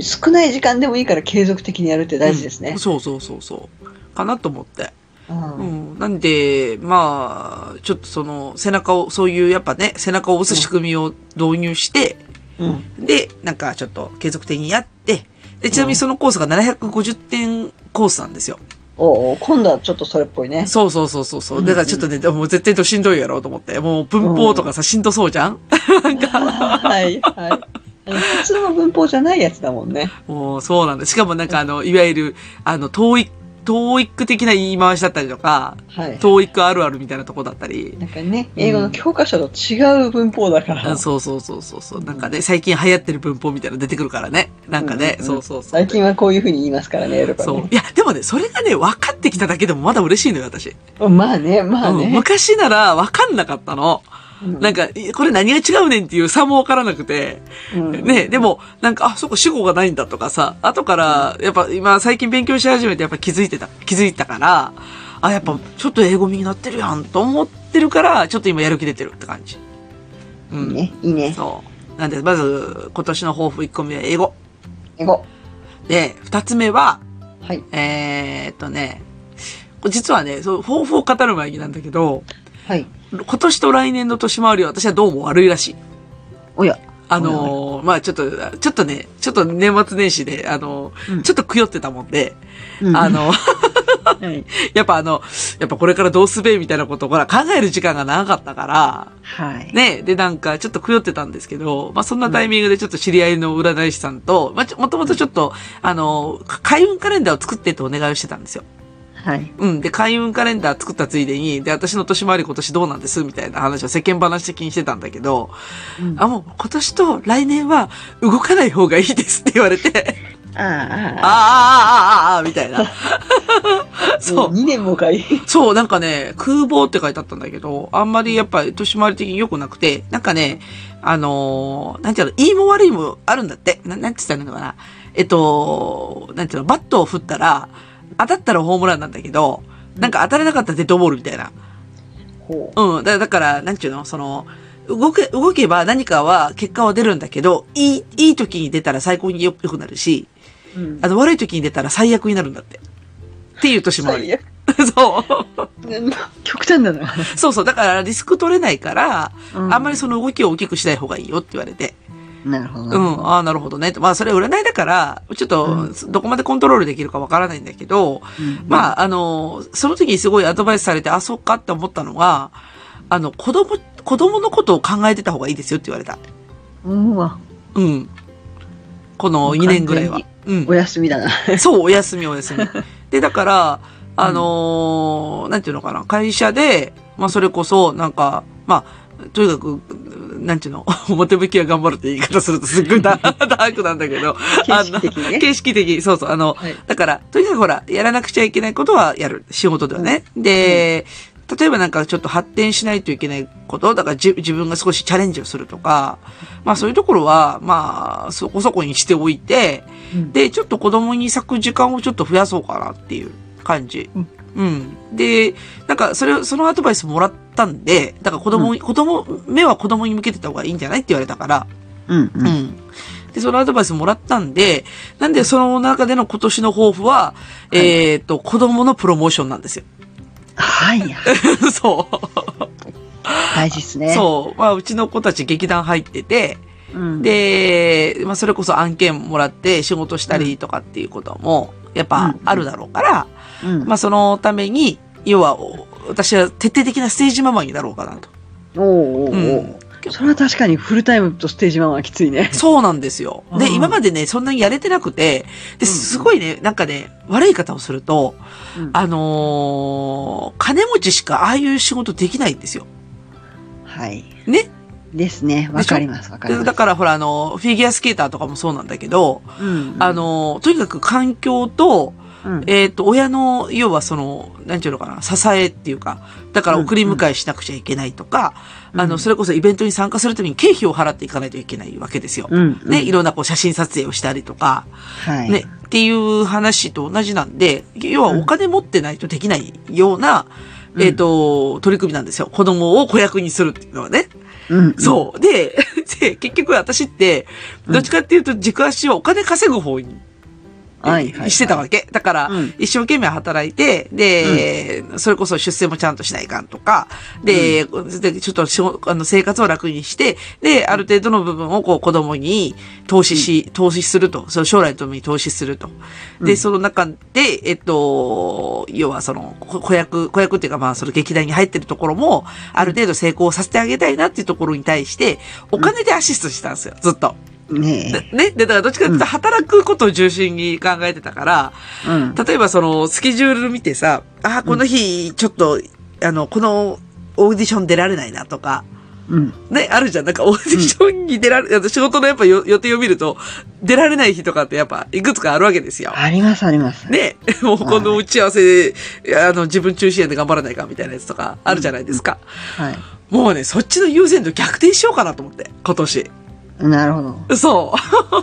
C: 少ない時間でもいいから継続的にやるって大事です
B: う
C: ね
B: ん。そうそうそうそう。かなと思って。
C: うん
B: うん。なんで、まあ、ちょっとその、背中を、そういうやっぱね、背中を押す仕組みを導入して、
C: うん。
B: で、なんかちょっと継続的にやって、で、ちなみにそのコースが750点コースなんですよ。
C: おお今度はちょっとそれっ ぽいね。
B: そうそうそうそうそう。
C: うん
B: だからちょっとね、もう絶対としんどいやろうと思って。もう文法とかさ、しんどそうじゃん
C: はい、はい。普通の文法じゃないやつだもんね。
B: もうそうなんだ。しかもなんかあの、いわゆる、あの、トーイック、トーイック的な言い回しだったりとか、
C: はい。
B: トーイックあるあるみたいなとこだったり。
C: なんかね、英語の教科書と違う文法だから。
B: あそうそうそうそうそう。なんかね、最近流行ってる文法みたいなの出てくるからね。なんかね、
C: うん
B: そうそうそう。
C: 最近はこういうふうに言いますからね、とか
B: そう
C: ね。。
B: いや、でもね、それがね、分かってきただけでもまだ嬉しいのよ、私。
C: まあね、まあ
B: うん
C: ね。
B: 昔なら分かんなかったの。
C: うん
B: なんか、いこれ何が違うねんっていう差も分からなくて。
C: うん
B: ね、でも、なんか、あ、そこ主語がないんだとかさ、後から、やっぱ今最近勉強し始めてやっぱ気づいてた、気づいたから、あ、やっぱちょっと英語身になってるやんと思ってるから、ちょっと今やる気出てるって感じ。う
C: いい
B: ん。
C: ね、いいね。
B: そう。なんで、まず、今年の抱負1個目は英語。
C: 英語。
B: で、2つ目は、
C: はい。
B: えー、っとね、これ実はね、そう、抱負を語る前になんだけど、
C: はい。
B: 今年と来年の年回りは私はどうも悪いらしい。
C: おや。
B: あのーまあちょっと、ちょっとね、ちょっと年末年始で、あのー
C: うん
B: ちょっとくよってたもんで、
C: うん
B: あ、
D: は
B: の、
D: い。
B: やっぱあの、やっぱこれからどうすべみたいなことをほら考える時間が長かったから、
C: はい。
B: ね、でなんかちょっとくよってたんですけど、まあそんなタイミングでちょっと知り合いの占い師さんと、まあちょもともとちょっと、あのー、か開運カレンダーを作ってってお願いをしてたんですよ。
C: はい。
B: うん。で、開運カレンダー作ったついでに、で、私の年回り今年どうなんですみたいな話を世間話的にしてたんだけど、
C: うん
B: あ、もう今年と来年は動かない方がいいですって言われて、
C: ああ、ああ。
B: あーあーあーあーあーみたいな。 そ
C: も
B: う
C: う。2年 もかい。
B: そう、なんかね、空房って書いてあったんだけど、あんまりやっぱ年回り的に良くなくて、なんかね、あのーなんていうの、いいも悪いもあるんだって。ななんて言ったらいいのかな。えっと、なんていうの、バットを振ったら、当たったらホームランなんだけど、なんか当たれなかったらデッドボールみたいな。
C: ほ
B: うん。だだから、なんていうの、その、動け、動けば何かは結果は出るんだけど、いい、いい時に出たら最高によ良くなるし、
C: う。うん
B: あの、悪い時に出たら最悪になるんだって。っていう年回り。
C: 最 悪
B: そう。
D: 極端だな。
B: そうそう。だからリスク取れないから、
C: うん
B: あんまりその動きを大きくしない方がいいよって言われて。
C: なるほ
B: う
C: ど。
B: ん。ああ、なるほどね。まあ、それは占いだから、ちょっと、どこまでコントロールできるかわからないんだけど、まあ、あの、その時にすごいアドバイスされて、あ、そっかって思ったのが、あの、子供、子供のことを考えてた方がいいですよって言われた。
C: うん。うわ、
B: うん。この2年ぐらいは
C: 完。
B: うん
C: お。休みだな。
B: そう、お休みお休み。で、だから、あのーなんていうのかな、会社で、まあ、それこそ、なんか、まあ、とにかく、なんちゅうの、 表向きは頑張るって言い方するとすっごいダダーク なんだけど、
C: 形式的にね
B: あの形式的、そうそう、あの、
C: はい
B: だから、とにかくほら、やらなくちゃいけないことはやる。仕事ではね。で、例えばなんかちょっと発展しないといけないこと、だからじ自分が少しチャレンジをするとか、まあそういうところは、まあ、そこそこにしておいて、
C: うん
B: で、ちょっと子供に咲く時間をちょっと増やそうかなっていう感じ。
C: うん
B: うん。で、なんか、それを、そのアドバイスもらったんで、だから子供に、子供、目は子供に向けてた方がいいんじゃないって言われたから、
C: うんう。
B: うんん。で、そのアドバイスもらったんで、なんでその中での今年の抱負は、
C: い
B: えっと、子供のプロモーションなんですよ。
C: はい。
B: そう。
C: 大事ですね。
B: そう。まあ、うちの子たち劇団入ってて、
C: う。ん、
B: で、まあ、それこそ案件もらって仕事したりとかっていうことも、やっぱあるだろうから、
C: うん、
B: まあ、そのために、要は、お私は徹底的なステージママになろうかなと。
C: おうおうおう、
B: うん
C: そ
D: それは確かにフルタイムとステージマンはきついね。
B: そうなんですよ。
C: う
B: で、
C: ん
B: 今までね、そんなにやれてなくて、で、すごいね、なんかね、悪い言い方をすると、
C: うん
B: あのー金持ちしかああいう仕事できないんですよ。
C: はい。
B: ね。
C: ですね。わかります。わかります。
B: だから、ほら、あの、フィギュアスケーターとかもそうなんだけど、
C: うん、
B: あ、のーとにかく環境と、
C: うん、
B: えっ、と、親の、要はその、なんていうのかな、支えっていうか、だから送り迎えしなくちゃいけないとか、
C: うん
B: あの、それこそイベントに参加するときに経費を払っていかないといけないわけですよ。
C: うん、うん
B: ね、いろんなこう写真撮影をしたりとか、
C: はい。
B: ね、っていう話と同じなんで、要はお金持ってないとできないような、
C: うん
B: えっ、と、取り組みなんですよ。子供を子役にするっていうのはね。
C: うん、
B: そう。で、 で結局私って、どっちかっていうと軸足はお金稼ぐ方に
C: うん。はい、はい。
B: してたわ
C: け。
B: け。だから、
C: うん
B: 一生懸命働いて、で、それこそ出世もちゃんとしないかんとか、で、でちょっとしょあの生活を楽にして、で、ある程度の部分をこう子供に投資し、投資すると。その将来のために投資すると。で、その中で、えっと、要はその、こ子役、子役っていうかまあその劇団に入ってるところも、ある程度成功させてあげたいなっていうところに対して、お金でアシストしてたんですよ、ずっと。
C: ね
B: ね。で、だからどっちかっていうと働くことを中心に考えてたから、
C: え。うん。
B: 例えばそのスケジュール見てさ、あーこの日ちょっと、あの、このオーディション出られないなとか、
C: うん。
B: ね、あるじゃん。なんかオーディションに出られ、あの仕事のやっぱよ予定を見ると、出られない日とかってやっぱいくつかあるわけですよ。
C: あります、あります。
B: ね、 もうこの打ち合わせで、あの、自分中心やで頑張らないかみたいなやつとかあるじゃないですか。
C: はい。
B: もうね、そっちの優先度逆転しようかなと思って、今年。
C: なるほど。
B: そ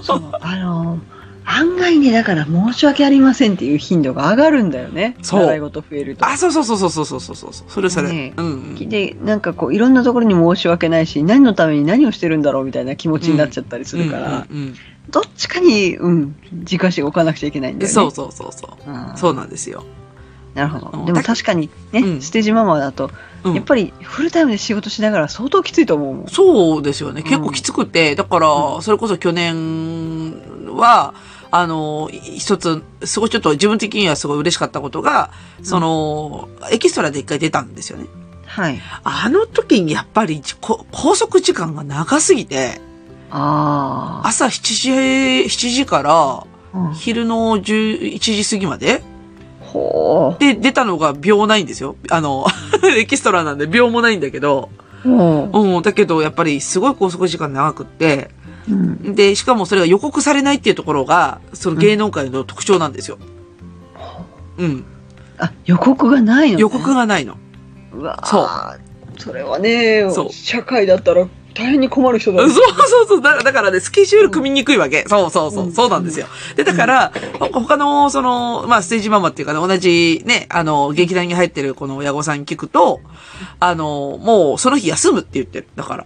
C: そう。あの、案外ね、だから申し訳ありませんっていう頻度が上がるんだよね。
B: そう
C: 習い事増える
B: う。
C: と。
B: あ、そうそうそうそうそうそうそうそう。それそれ。
C: ね
B: うんうん。
C: で、なんかこう、いろんなところに申し訳ないし、何のために何をしてるんだろうみたいな気持ちになっちゃったりするから、
B: うんうん
C: どっちかに、うん、軸足が置かなくちゃいけないん
B: う
C: だ
B: ん
C: よね。
B: そうそうそうそう。
C: うん。
B: そうなんですよ。
C: なるほ
B: う
C: ど。
B: ん
C: でも確かにね、
B: うん
C: ステージママだと、
B: うん
C: やっぱりフルタイムで仕事しながら相当きついと思うもん。
B: そうですよね。
C: ん
B: 結構きつくて、だから、それこそ去年は、あの、い一つ、すごいちょっと自分的にはすごい嬉しかったことが、その、エキストラで一回出たんですよね。
C: はい。
B: あの時にやっぱり、こ拘束時間が長すぎて、
C: あ
B: 朝7時、7時から
C: あ。うん
B: 昼の11時過ぎまで
C: ほ
B: で、出たのが秒ないんですよ。あの、 エキストラなんで秒もないんだけど。
C: う。ほ
B: うん、だけどやっぱりすごい拘束時間長くって、
C: う。うん。
B: で、しかもそれが予告されないっていうところが、その芸能界の特徴なんですよ。うん。
C: あ、予告がないの、ね、
B: 予告がないの。
C: うわ
B: そう
C: う。それはね
B: そう
C: 社会だったら大変に困る人だ
B: そう
C: ね
B: そうそう。だだからね、スケジュール組みにくいわけ。そうそうそう。そうなんですよ。で、だから、ほ他の、その、まあ、ステージママっていうかね、同じね、あの、劇団に入ってるこの親御さんに聞くと、あの、もうその日休むって言ってる。だから。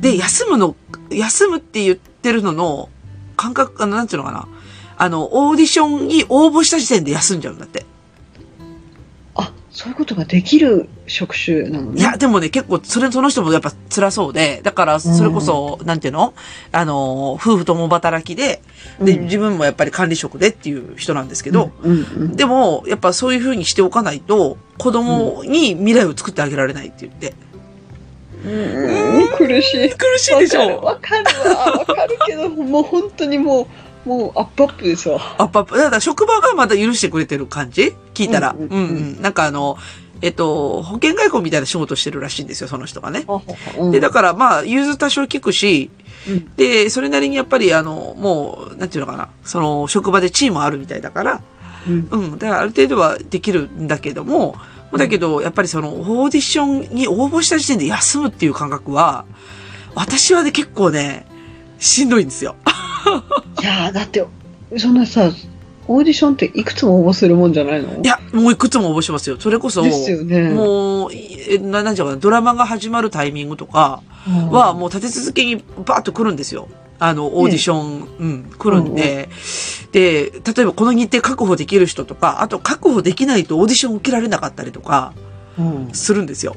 B: で、休むの、休むって言ってるのの、感覚、あの、なんていうのかな。あの、オーディションに応募した時点で休んじゃうんだって。
C: あ、そういうことができる職種なのね。
B: いや、でもね、結構、それ、その人もやっぱ辛そうで、だから、それこそ、なんていうのあの、夫婦共働きで、で、
C: うん
B: 自分もやっぱり管理職でっていう人なんですけど、
C: うんうん。
B: でも、やっぱそういう風にしておかないと、子供に未来を作ってあげられないって言って。
C: うんうん、苦しい。
B: 苦しいでしょ
C: わかるわ。わかるけど、もう本当にもう、もうアップアップですわ。
B: あっぱっぱ、だから職場がまだ許してくれてる感じ聞いたら。う
C: うんん
B: う
C: うん
B: ん、なんかあの、ええっと、保険外交みたいな仕事してるらしいんですよ、その人がね。
C: ほうほうほう
B: で、だからまあ、融通多少聞くし、
C: うん
B: で、それなりにやっぱりあの、もう、なんていうのかな、その、職場でチームあるみたいだから、
C: うん
B: うん、だからある程度はできるんだけども、だけど、やっぱりその、オーディションに応募した時点で休むっていう感覚は、私はね、結構ね、しんどいんですよ。
C: いやーだってそんなさオーディションっていくつも応募するもんじゃないの
B: いや、もういくつも応募しますよ。それこそ、
C: ですよね
B: もう、いえななんていうのかな、ドラマが始まるタイミングとか
C: うん
B: は、もう立て続けにバーッと来るんですよ。あの、オーディション、うん、来るんで、で、例えばこの日程確保できる人とか、あと確保できないとオーディション受けられなかったりとか、
C: うん
B: するんですよ。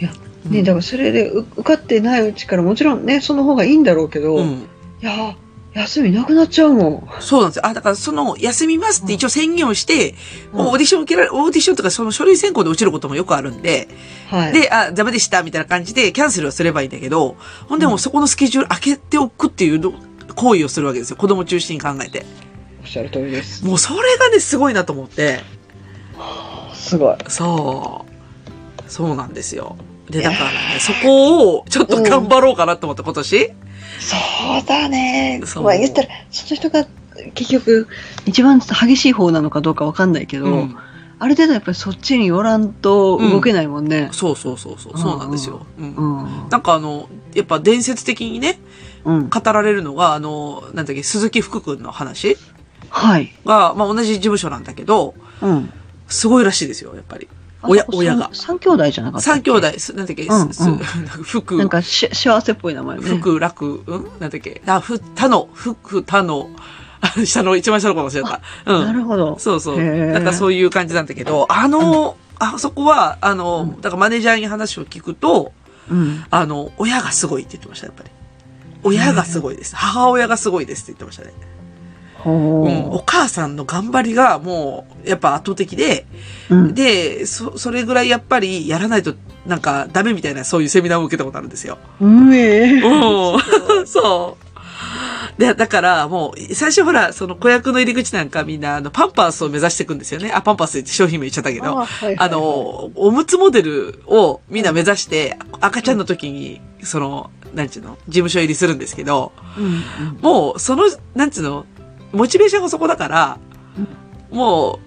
C: いや
B: うん、
C: ね、だからそれでう受かってないうちからもちろんねその方がいいんだろうけど、
B: う
C: い
B: ん。
C: やー休みなくなっちゃうもん
B: そうなんですよ。あ、だからその、休みますって一応宣言をして、
C: うん
B: もうオーディション受けられ、オーディションとかその書類選考で落ちることもよくあるんで、
C: はい
B: で、あ、ダメでした、みたいな感じでキャンセルをすればいいんだけど、ほんでもうそこのスケジュール開けておくっていうの行為をするわけですよ。子供中心に考えて。
C: おっしゃる通りです
B: もうそれがね、すごいなと思って。
C: すごい
B: そう。そうなんですよ。で、だからね、そこをちょっと頑張ろうかなと思って今年。
C: そうだね
B: そう
C: まあ言ったらその人が結局一番激しい方なのかどうかわかんないけど、
B: うん
C: ある程度やっぱりそっちに寄らんと動けないもんね
B: そうそうそうそう。そうなんですよ。うん
C: うん
B: なんかあの、やっぱ伝説的にね、
C: うん
B: 語られるのが、あの、なんだっけ、鈴木福君の話
C: はい
B: が、まあ同じ事務所なんだけど、
C: うん
B: すごいらしいですよ、やっぱり。親、親が。
C: 三兄弟じゃなかったっ
B: 三
C: け
B: 兄弟、すなんだっけ、
C: うん
B: す
C: うん
B: す福、
C: なんかし幸せっぽい名前ね
B: 福、楽、うんなんだっけ、あ、ふ、他の、福、他の、 あ下の、一番下の子も忘れた。うん。
C: なるほど
B: そうそう。
C: へー
B: なんかそういう感じなんだけど、あの、あそこは、あの、だからマネージャーに話を聞くと、
C: うん
B: あの、親がすごいって言ってました、やっぱり。親がすごいです。母親がすごいですって言ってましたね。
C: ほ
B: うん。お母さんの頑張りがもう、やっぱ圧倒的で、
C: ううん
B: で、そ、それぐらいやっぱりやらないと、なんかダメみたいなそういうセミナーを受けたことあるんですよ。
C: うんえ
B: うん。そう。で、だから、もう、最初ほら、その子役の入り口なんかみんな、あの、パンパースを目指していくんですよね。あ、パンパースって商品名言っちゃったけど、あ,、
C: はいはいはい
B: の、おむつモデルをみんな目指して、赤ちゃんの時に、その、なんちゅうの、事務所入りするんですけど、
C: うん
B: もう、その、なんちゅうの、モチベーションがそこだから、も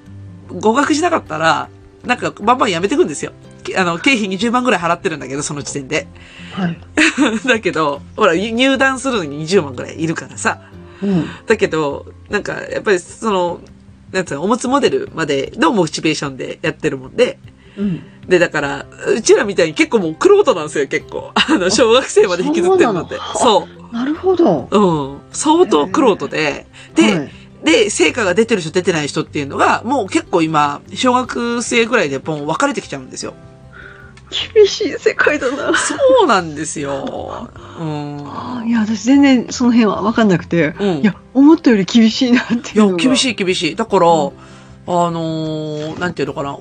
B: う、合格しなかったら、なんか、バンバンやめていくんですよ。けあの、経費20万ぐらい払ってるんだけど、その時点で。
C: はい
B: だけど、ほら、入団するのに20万ぐらいいるからさ。
C: うん
B: だけど、なんか、やっぱりその、なんつうの、おむつモデルまでのモチベーションでやってるもんで、
C: うん
B: で、だから、うちらみたいに結構もう苦労なんですよ、結構。あの、小学生まで引きずってるので。そ
C: そなるほど
B: う。うん。相当苦労で、で、
C: はい
B: で、成果が出てる人出てない人っていうのが、もう結構今、小学生ぐらいでもう分かれてきちゃうんですよ。
C: 厳しい世界だな
B: そうなんですよ。うん。
C: あーいや私全然その辺は分かんなくて、
B: うん
C: いや思ったより厳しいなって
B: い
C: いう
B: や
C: の、が
B: 厳し
C: い
B: い厳しい。だから、
C: うん
B: あのーなんていうのかな。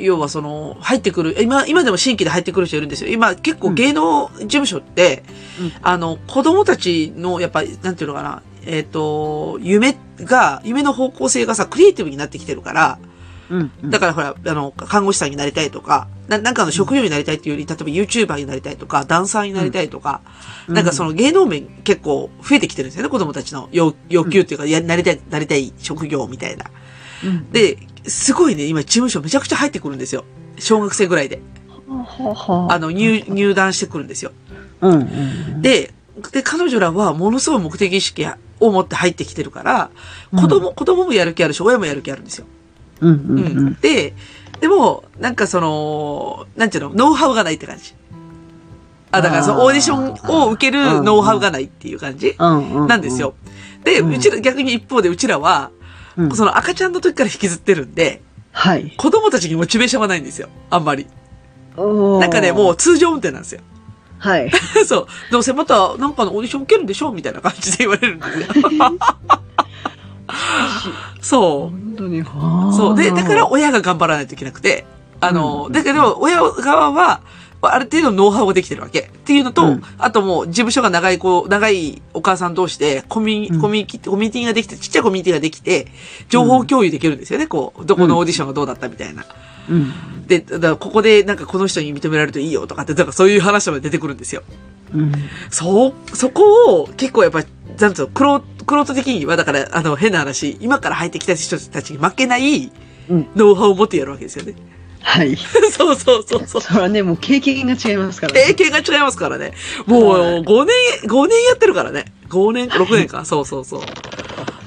B: 要はその、入ってくる、今、今でも新規で入ってくる人いるんですよ。今、結構芸能事務所って、
C: うん
B: あの、子供たちの、やっぱ、なんていうのかな、えっ、と、夢が、夢の方向性がさ、クリエイティブになってきてるから、
C: うん
B: だからほら、あの、看護師さんになりたいとか、ななんかの職業になりたいっていうより、例えば YouTuber になりたいとか、ダンサーになりたいとか、
C: うん
B: なんかその芸能面結構増えてきてるんですよね、子供たちの要要求っていうか、や、なりたい、なりたい職業みたいな。
C: うん
B: で、すごいね、今事務所めちゃくちゃ入ってくるんですよ。小学生ぐらいで。
C: はあはあ
B: あの、入、入団してくるんですよ。
C: うんうんうん
B: で、で、彼女らはものすごい目的意識を持って入ってきてるから、子供、子供もやる気あるし、親もやる気あるんですよ。
C: うんうんう
B: うん
C: ん。
B: で、でも、なんかその、なんていうの、ノウハウがないって感じ。あ、だからそ
C: あ
B: の
C: ー
B: オーディションを受けるノウハウがないっていう感じ
C: うんうん
B: なんですよ。で、
C: うん
B: うちら、逆に一方でうちらは、
C: うん
B: その赤ちゃんの時から引きずってるんで、
C: はい
B: 子供たちにモチベーションがないんですよ。あんまり。な
C: なん
B: かね、もう通常運転なんですよ。
C: はい
B: そう。どうせまた、なんかのオーディション受けるんでしょみたいな感じで言われるんです よ。 そう。
C: 本当にはあ
B: そう。で、だから親が頑張らないといけなくて、あの、
C: うん
B: だけど、親側は、ある程度ノウハウができてるわけ。っていうのと、
C: うん
B: あともう、事務所が長い子、長いお母さん同士で、コミュ
C: う
B: ニ、
C: ん
B: コミュニティ、コミュニティができて、ちっちゃいコミュニティができて、情報共有できるんですよね。こう、どこのオーディションがどうだったみたいな。
C: うん。
B: で、だからここでなんかこの人に認められるといいよとかって、なんかそういう話まで出てくるんですよ。
C: うん。
B: そ、そこを結構やっぱ、なんつうの、クロ、クロート的には、だから、あの、変な話、今から入ってきた人たちに負けない
C: うん、
B: ノウハウを持ってやるわけですよね。
C: はい。
B: そうそう そう そう。
C: それはね、もう経験が違いますから、ね。
B: 経験が違いますからね。もう、
C: は
B: 5年、5年やってるからね。5年、6年 か。そうそうそ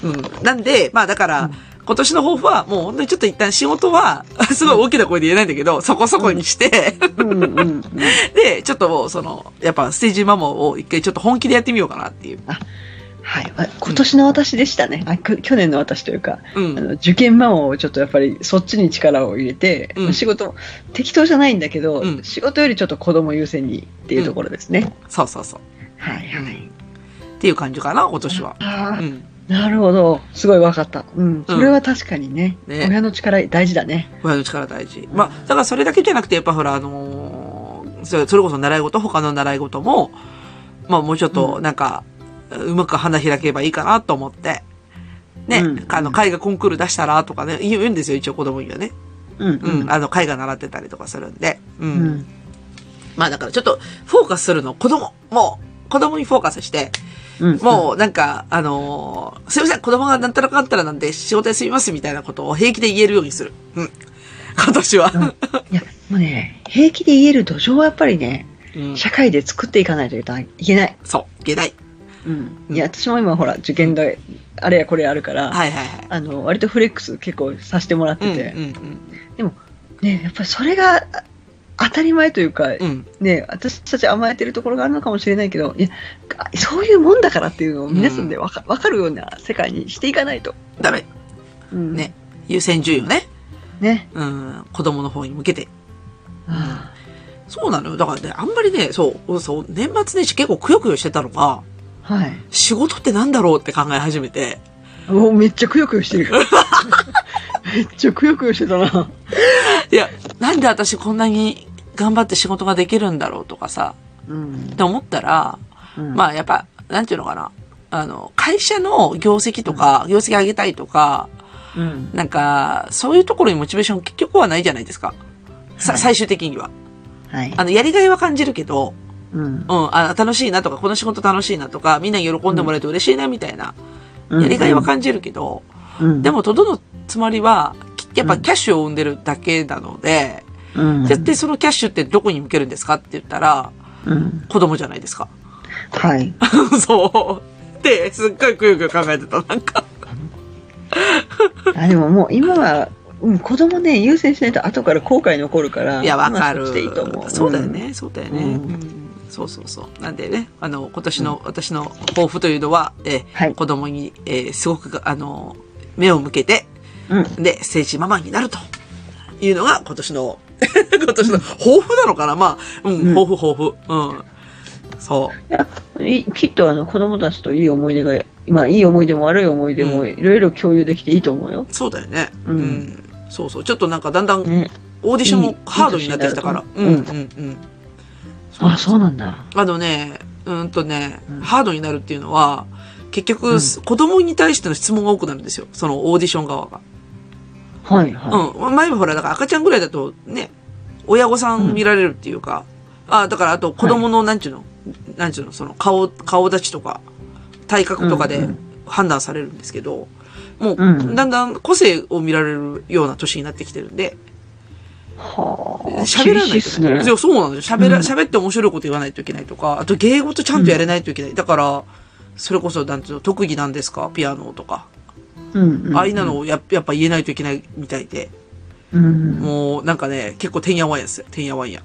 B: う。うん。なんで、まあだから、今年の抱負は、もう本当にちょっと一旦仕事は、すごい大きな声で言えないんだけど、そこそこにして、
C: うんうんうん。
B: で、ちょっともうその、やっぱステージママを一回ちょっと本気でやってみようかなっていう。
C: はい。わ今年の私でしたね。あ、く去年の私というか、
B: う
C: あ
B: ん。
C: の受験ママをちょっとやっぱりそっちに力を入れて、
B: うん
C: 仕事、適当じゃないんだけど、
B: うん
C: 仕事よりちょっと子供優先にっていうところですね。
B: そうそうそう。
C: はいはい。
B: っていう感じかな、今年は。
C: あ
B: う
C: あ、
B: ん。
C: なるほど。すごいわかった。うん。それは確かにね。
B: ね
C: 親の力大事だね。
B: 親の力大事。まあ、だからそれだけじゃなくて、やっぱほら、あのーそれそれこそ習い事、他の習い事も、まあもうちょっと、なんか、うまく花開けばいいかなと思って。ね、
C: うん
B: あの、絵画コンクール出したらとかね、言うんですよ、一応子供にはね。
C: うんう
B: うん、
C: ん。
B: あの、絵画習ってたりとかするんで。う。
C: うんん。
B: まあだからちょっと、フォーカスするの、子供、もう、子供にフォーカスして、
C: うん。
B: もうなんか、あのーすいません、子供がなんたらかんたらなんで仕事休みますみたいなことを平気で言えるようにする。うん。今年は。
C: いや、もうね、平気で言える土壌はやっぱりね、
B: うん
C: 社会で作っていかないといけない。
B: そう、いけない。
C: うん。
B: うん
C: いや、私も今ほら、受験で、あれやこれやあるから、
B: はいはいはい。
C: あの、割とフレックス結構させてもらってて、
B: うんうん
C: ね、やっぱりそれがあ当たり前というか、
B: うん。うん。
C: ね、私たち甘えてるところがあるのかもしれないけど、いや、あそういうもんだからっていうのを皆さんでわか,、わかるような世界にしていかないと。
B: ダメ。
C: うん
B: ね優先順位をね。
C: ね。
B: うん。子供の方に向けて。
C: あ
B: そうなのよ。だからね、あんまりね、そう、そう、年末年始結構くよくよしてたのが、
C: あはい。
B: 仕事ってなんだろうって考え始めて、
C: おめっちゃくよくよしてる。めっちゃくよくよしてたな。
B: いや、なんで私こんなに頑張って仕事ができるんだろうとかさ、
C: うん
B: って思ったら、
C: まあ、
B: まあやっぱ、なんていうのかな。あの、会社の業績とか、業績上げたいとか、
C: うん、
B: なんか、そういうところにモチベーション結局はないじゃないですか。さ、
C: はい
B: 最終的には。
C: はい。
B: あの、やりがいは感じるけど、
C: うん、
B: うん、あ、楽しいなとか、この仕事楽しいなとか、みんなに喜んでもらえて嬉しいなみたいな、やりがいは感じるけど、
C: うん、
B: でも、とどのつまりは、きやっぱ
C: うん
B: キャッシュを生んでるだけなので、
C: うん、
B: 絶対そのキャッシュってどこに向けるんですかって言ったら、
C: うん、
B: 子供じゃないですか。
C: はい。
B: そう。で、すっごいくよくよ考えてた、なんか。
C: あ、でももう今は、うん、子供ね、優先しないと後から後悔残るから、
B: いや、わかる
C: 今そっちでいいと思う。。
B: そうだよね、そうだよね。
C: うん
B: うんそうそうそう。なんでね、あの、今年の、私の抱負というのは、えー
C: はい
B: 子供に、えーすごく、あの、目を向けて、
C: うん
B: で、聖地ママになるというのが今年の、 今年の抱負なのかなまあ、うん、
C: うん
B: 抱負抱負。うん。そう。
C: うんいきっとあの子供たちといい思い出が、まあいい思い出も悪い思い出もいろいろ共有できていいと思うよ。
B: そうだよね。う。
C: うんん
B: そうそう。ちょっとなんかだんだん
C: ね。
B: オーディションもハードになってきたから。
C: いいいい
B: うん、う
C: 年
B: ん、うん。
C: あ、そうなんだ。
B: あのね、うーんとね、
C: うん
B: ハードになるっていうのは、結局、
C: うん
B: 子供に対しての質問が多くなるんですよ。そのオーディション側が。
C: はい、は
B: うん。前もほら、だから赤ちゃんぐらいだとね、親御さん見られるっていうか、あだからあと子供の、なんちゅうの、なんちゅうの、その顔、顔立ちとか、体格とか
C: うん
B: で
C: うん
B: 判断されるんですけど、もう、
C: うん
B: だんだん個性を見られるような年になってきてるんで、
C: い。はあ。
B: 喋ら
C: 厳
B: な
C: しい
B: い
C: っ
B: と
C: す
B: ね。
C: ね
B: い。やそうなんですよ。喋ら、
C: うん
B: 喋って面白いこと言わないといけないとか、あと芸事ちゃんとやれないといけない。だから、それこそ、なんていうの、特技なんですかピアノとか。
C: うん、うん。
B: ああいうのをややっぱ言えないといけないみたいで。
C: うん。
B: もう、なんかね、結構てんやわんやですよ。てんやわんや。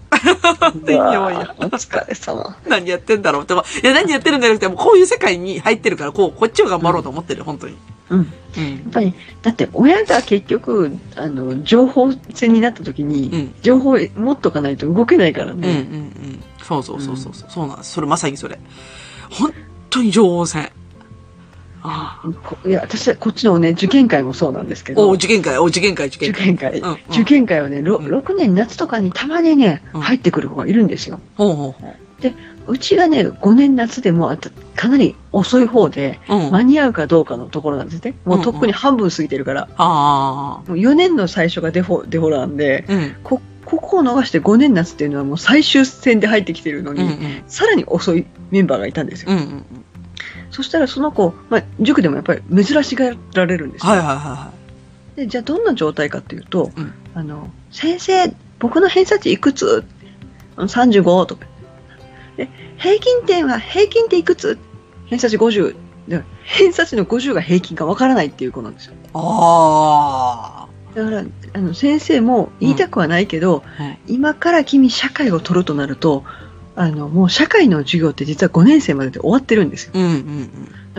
C: う
B: てんやわん
C: わ
B: や。
C: あお疲れ様。
B: 何やってんだろうって。まあいや、何やってるんじゃなくて、もうこういう世界に入ってるから、こう、こっちを頑張ろうと思ってる、本当に。
C: うん。
B: うん
C: や。っぱり、だって親が結局、あの、情報戦になった時に、
B: うん
C: 情報を持っとかないと動けないから
B: うんうんう
C: ね。
B: ん。そうそうそうそう。うそうなんです。それまさにそれ。本当に情報戦。ああ。
C: こいや、私はこっちのね、受験会もそうなんですけ
B: お、
C: ど、
B: 受験会、お、受験会、受験
C: 受
B: 会。
C: 験会、
B: うんうん
C: 受験会はね、ろ
B: うん
C: 6年夏とかにたまにね、
B: うん
C: 入ってくる子がいるんですよ。
B: ほうほうほう。
C: で、うちがね、5年夏でもうあとかなり遅い方で、
B: うん。
C: 間に合うかどうかのところなんですね。もうとっく
B: うんう
C: に半分過ぎてるから、
B: ああ。
C: もう4年の最初がデフォ、デフォランで、
B: うん。
C: こ、ここを逃して5年夏っていうのはもう最終戦で入ってきてるの
B: う
C: に、
B: んうん。
C: さらに遅いメンバーがいたんですよ。
B: うんうん。
C: そしたらその子、まあ、塾でもやっぱり珍しがられるんですよ。
B: はいはいはいは
C: でじゃあどんな状態かっていうと、
B: うん
C: あの先生、僕の偏差値いくつあの ?35 とかで。平均点は平均っていくつ偏差値50。で偏差値の50が平均かわからないっていう子なんですよ。
B: い。あ
C: だからあの先生も言いたくはないけど、
B: あ。はい。
C: 今から君社会を取るとなるとあのもう社会の授業って実は5年生までで終わってるんですよ
B: うんうんう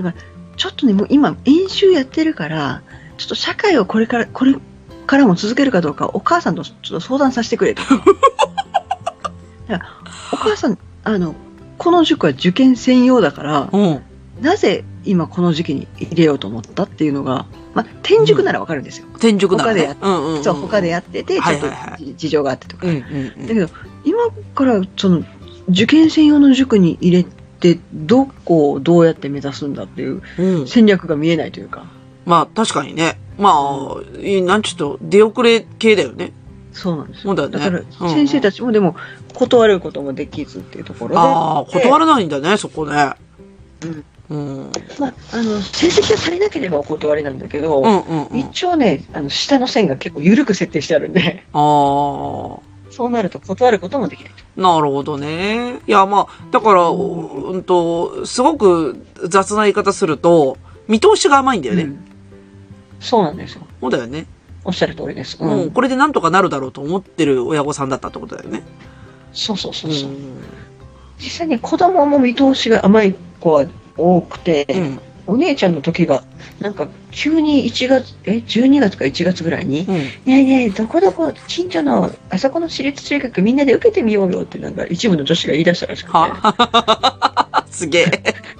B: ん。
C: ちょっとね、もう今、演習やってるから、ちょっと社会をこれから、これからも続けるかどうか、お母さんとちょっと相談させて くれと。だからお母さん、あの、この塾は受験専用だから、
B: うん。
C: なぜ今この時期に入れようと思ったっていうのが、まあ、転塾ならわかるんですよ。
B: 天竺な
C: 他
B: ら
C: で
B: ね
C: や。
B: うんうんん。
C: 実は他でやってて、ちょっと
B: はいはいは
C: 事情があってとか。
B: うんうんうん。
C: だけど、今からその受験専用の塾に入れて、どこをどうやって目指すんだっていう
B: うん。
C: 戦略が見えないというか。
B: まあ確かにね。まあ、いいなんちょっと出遅れ系だよね。
C: そうなんです
B: も
C: よ。
B: うだよね
C: だから
B: うん
C: 先生たちもでも断ることもできずっていうところで、
B: ああ、断らないんだね、そこね。うん。
C: まあ、あの成績が足りなければお断りなんだけ
B: う
C: ど、
B: んうんうん。
C: 一応ねあの下の線が結構緩く設定してあるんで
B: ああ。
C: そうなると断ることもできないと
B: なるほどね。いや、まあ、だから、うんと、すごく雑な言い方すると、見通しが甘いんだよ
C: う
B: ね。
C: んそうなんですよ
B: そうだよね。
C: おっしゃる通りです、う
B: うんん。これでなんとかなるだろうと思ってる親御さんだったってことだよね。
C: そうそうそううそう、
B: ん。
C: 実際に子供も見通しが甘い子は多くて、
B: うん。
C: お姉ちゃんの時がなんか急に1月え12月か1月ぐらいに、
B: うん。
C: ねえねえ、どこどこ、近所の、あそこの私立中学みんなで受けてみようよってなんか一部の女子が言い出したらしくて。だ
B: はすげ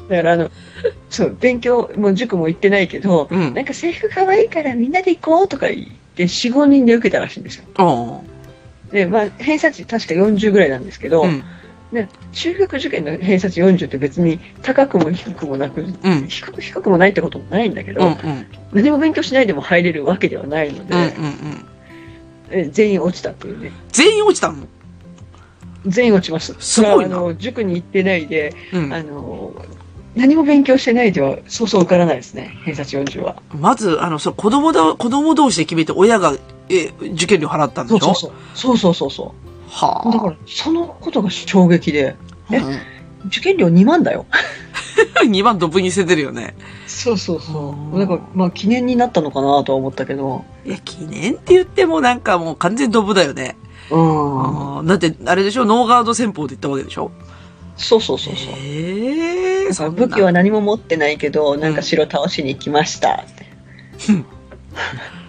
B: え。
C: からあの、そう、勉強、もう塾も行ってないけど、
B: うん。
C: なんか制服可愛いからみんなで行こうとか言って4、5人で受けたらしいんですよ。
B: うん。
C: で、まあ、偏差値確か40ぐらいなんですけど、
B: うん
C: ね、中学受験の偏差値40って別に高くも低くもなく、
B: うん。
C: 低く低くもないってこともないんだけど、
B: うん。うん。
C: 何も勉強しないでも入れるわけではないので
B: うん。う、ん。
C: え全員落ちたっていうね。
B: 全員落ちたの
C: 全員落ちます。
B: すごいな
C: それはあの塾に行ってないで、
B: うん。
C: あの何も勉強してないではそうそう受からないですね。偏差値40は。
B: まず、あの、それ子供だ、子供同士で決めて親が、え、受験料払ったんで
C: そう
B: しょ
C: そうそう。そうそうそうそ
B: は
C: う。
B: あ。
C: だからそのことが衝撃で、え
B: うん
C: 受験料2万だよ。
B: 2番ドブに捨ててるよね。
C: そうそう
B: そう
C: だからまあ記念になったのかなとは思ったけど。
B: いや、記念って言ってもなんかもう完全ドブだよね。
C: うん。
B: あーだって、あれでしょノーガード戦法で言ったわけでしょ
C: そうそうそうそう。
B: ええ
C: なんか武器は何も持ってないけど、なんか城倒しに行きましたって。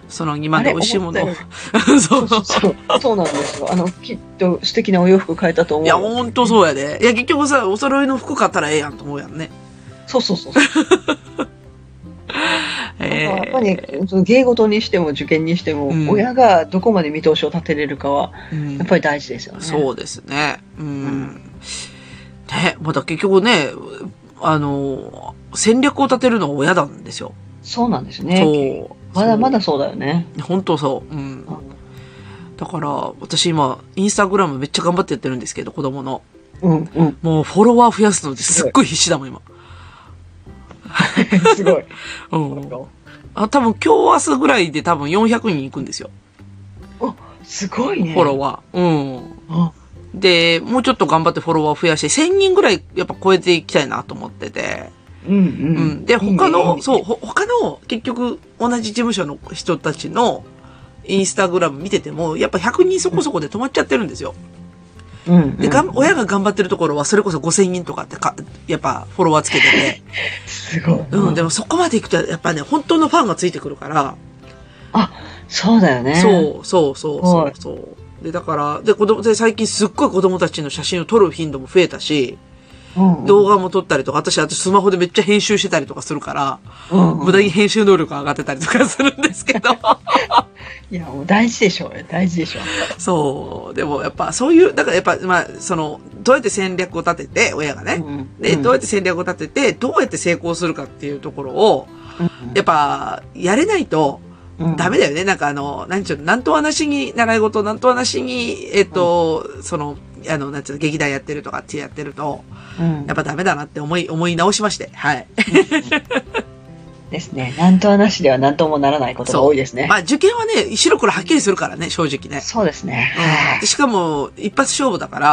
B: その2万で美味しいもの
C: あ
B: を
C: れ。
B: そ
C: そう
B: う。
C: そうそう。そうなんですよ。あの、きっと素敵なお洋服買えたと思う。
B: いや、ほんとそうやで。いや、結局さ、お揃いの服買ったらええやんと思うやんね。
C: そうそうそう。
B: え
C: やっぱ
B: え
C: りその芸事にしても受験にしても、
B: うん
C: 親がどこまで見通しを立てれるかは
B: うん
C: やっぱり大事ですよね。
B: そうですね。うん。
C: ん
B: ね、また結局ね、あの、戦略を立てるのは親なんですよ。
C: そうなんですね。
B: そう。
C: まだまだそうだよね。
B: そう。本当そう。うん。だから、私今、インスタグラムめっちゃ頑張ってやってるんですけど、子供の。
C: うん うん。
B: もうフォロワー増やすのですっごい必死だもん、今。
C: す ごい。
B: うん。あ、多分今日明日ぐらいで多分400人いくんですよ。
C: すごいね。
B: フォロワー。うん。
C: あ
B: で、もうちょっと頑張ってフォロワー増やして、1000人ぐらいやっぱ超えていきたいなと思ってて。
C: うんうん。
B: うん。で、
C: いいね
B: 他
C: いい
B: の、
C: ね
B: そう、ほ他の、結局、同じ事務所の人たちの、インスタグラム見てても、やっぱ100人そこそこで止まっちゃってるんですよ。
C: うんうん
B: で、がん、親が頑張ってるところは、それこそ5000人とかってか、やっぱフォロワーつけてて。
C: すごい。
B: うん、でもそこまで行くと、やっぱね、本当のファンがついてくるから、
C: そうだよね。
B: そう、そう、そう、そ
C: は
B: う
C: い、
B: そう。で、だから、で、子供、で、最近すっごい子供たちの写真を撮る頻度も増えたし、
C: うんうん。
B: 動画も撮ったりとか、私、私スマホでめっちゃ編集してたりとかするから、
C: うんうん
B: 無駄に編集能力が上がってたりとかするんですけど、
C: いや、もう大事でしょうよ。大事でしょう。
B: そう。でもやっぱそういう、だからやっぱ、まあ、その、どうやって戦略を立てて、親がね。
C: うん
B: で、
C: ん
B: どうやって戦略を立てて、どうやって成功するかっていうところを、
C: うん
B: やっぱ、やれないと、
C: うん
B: ダメだよね。なんかあの、なんちゅうの、なんと話に、習い事、なんと話に、えっと、その、あの、なんちゅうの、劇団やってるとかってやってると、
C: うん
B: やっぱダメだなって思い、思い直しまして。はい。
C: ですね。なんとはなしではなんともならないことが多いですね
B: ま。あ、受験はね、白黒はっきりするからね、正直ね。
C: そうですね。
B: うんでしかも、一発勝負だから、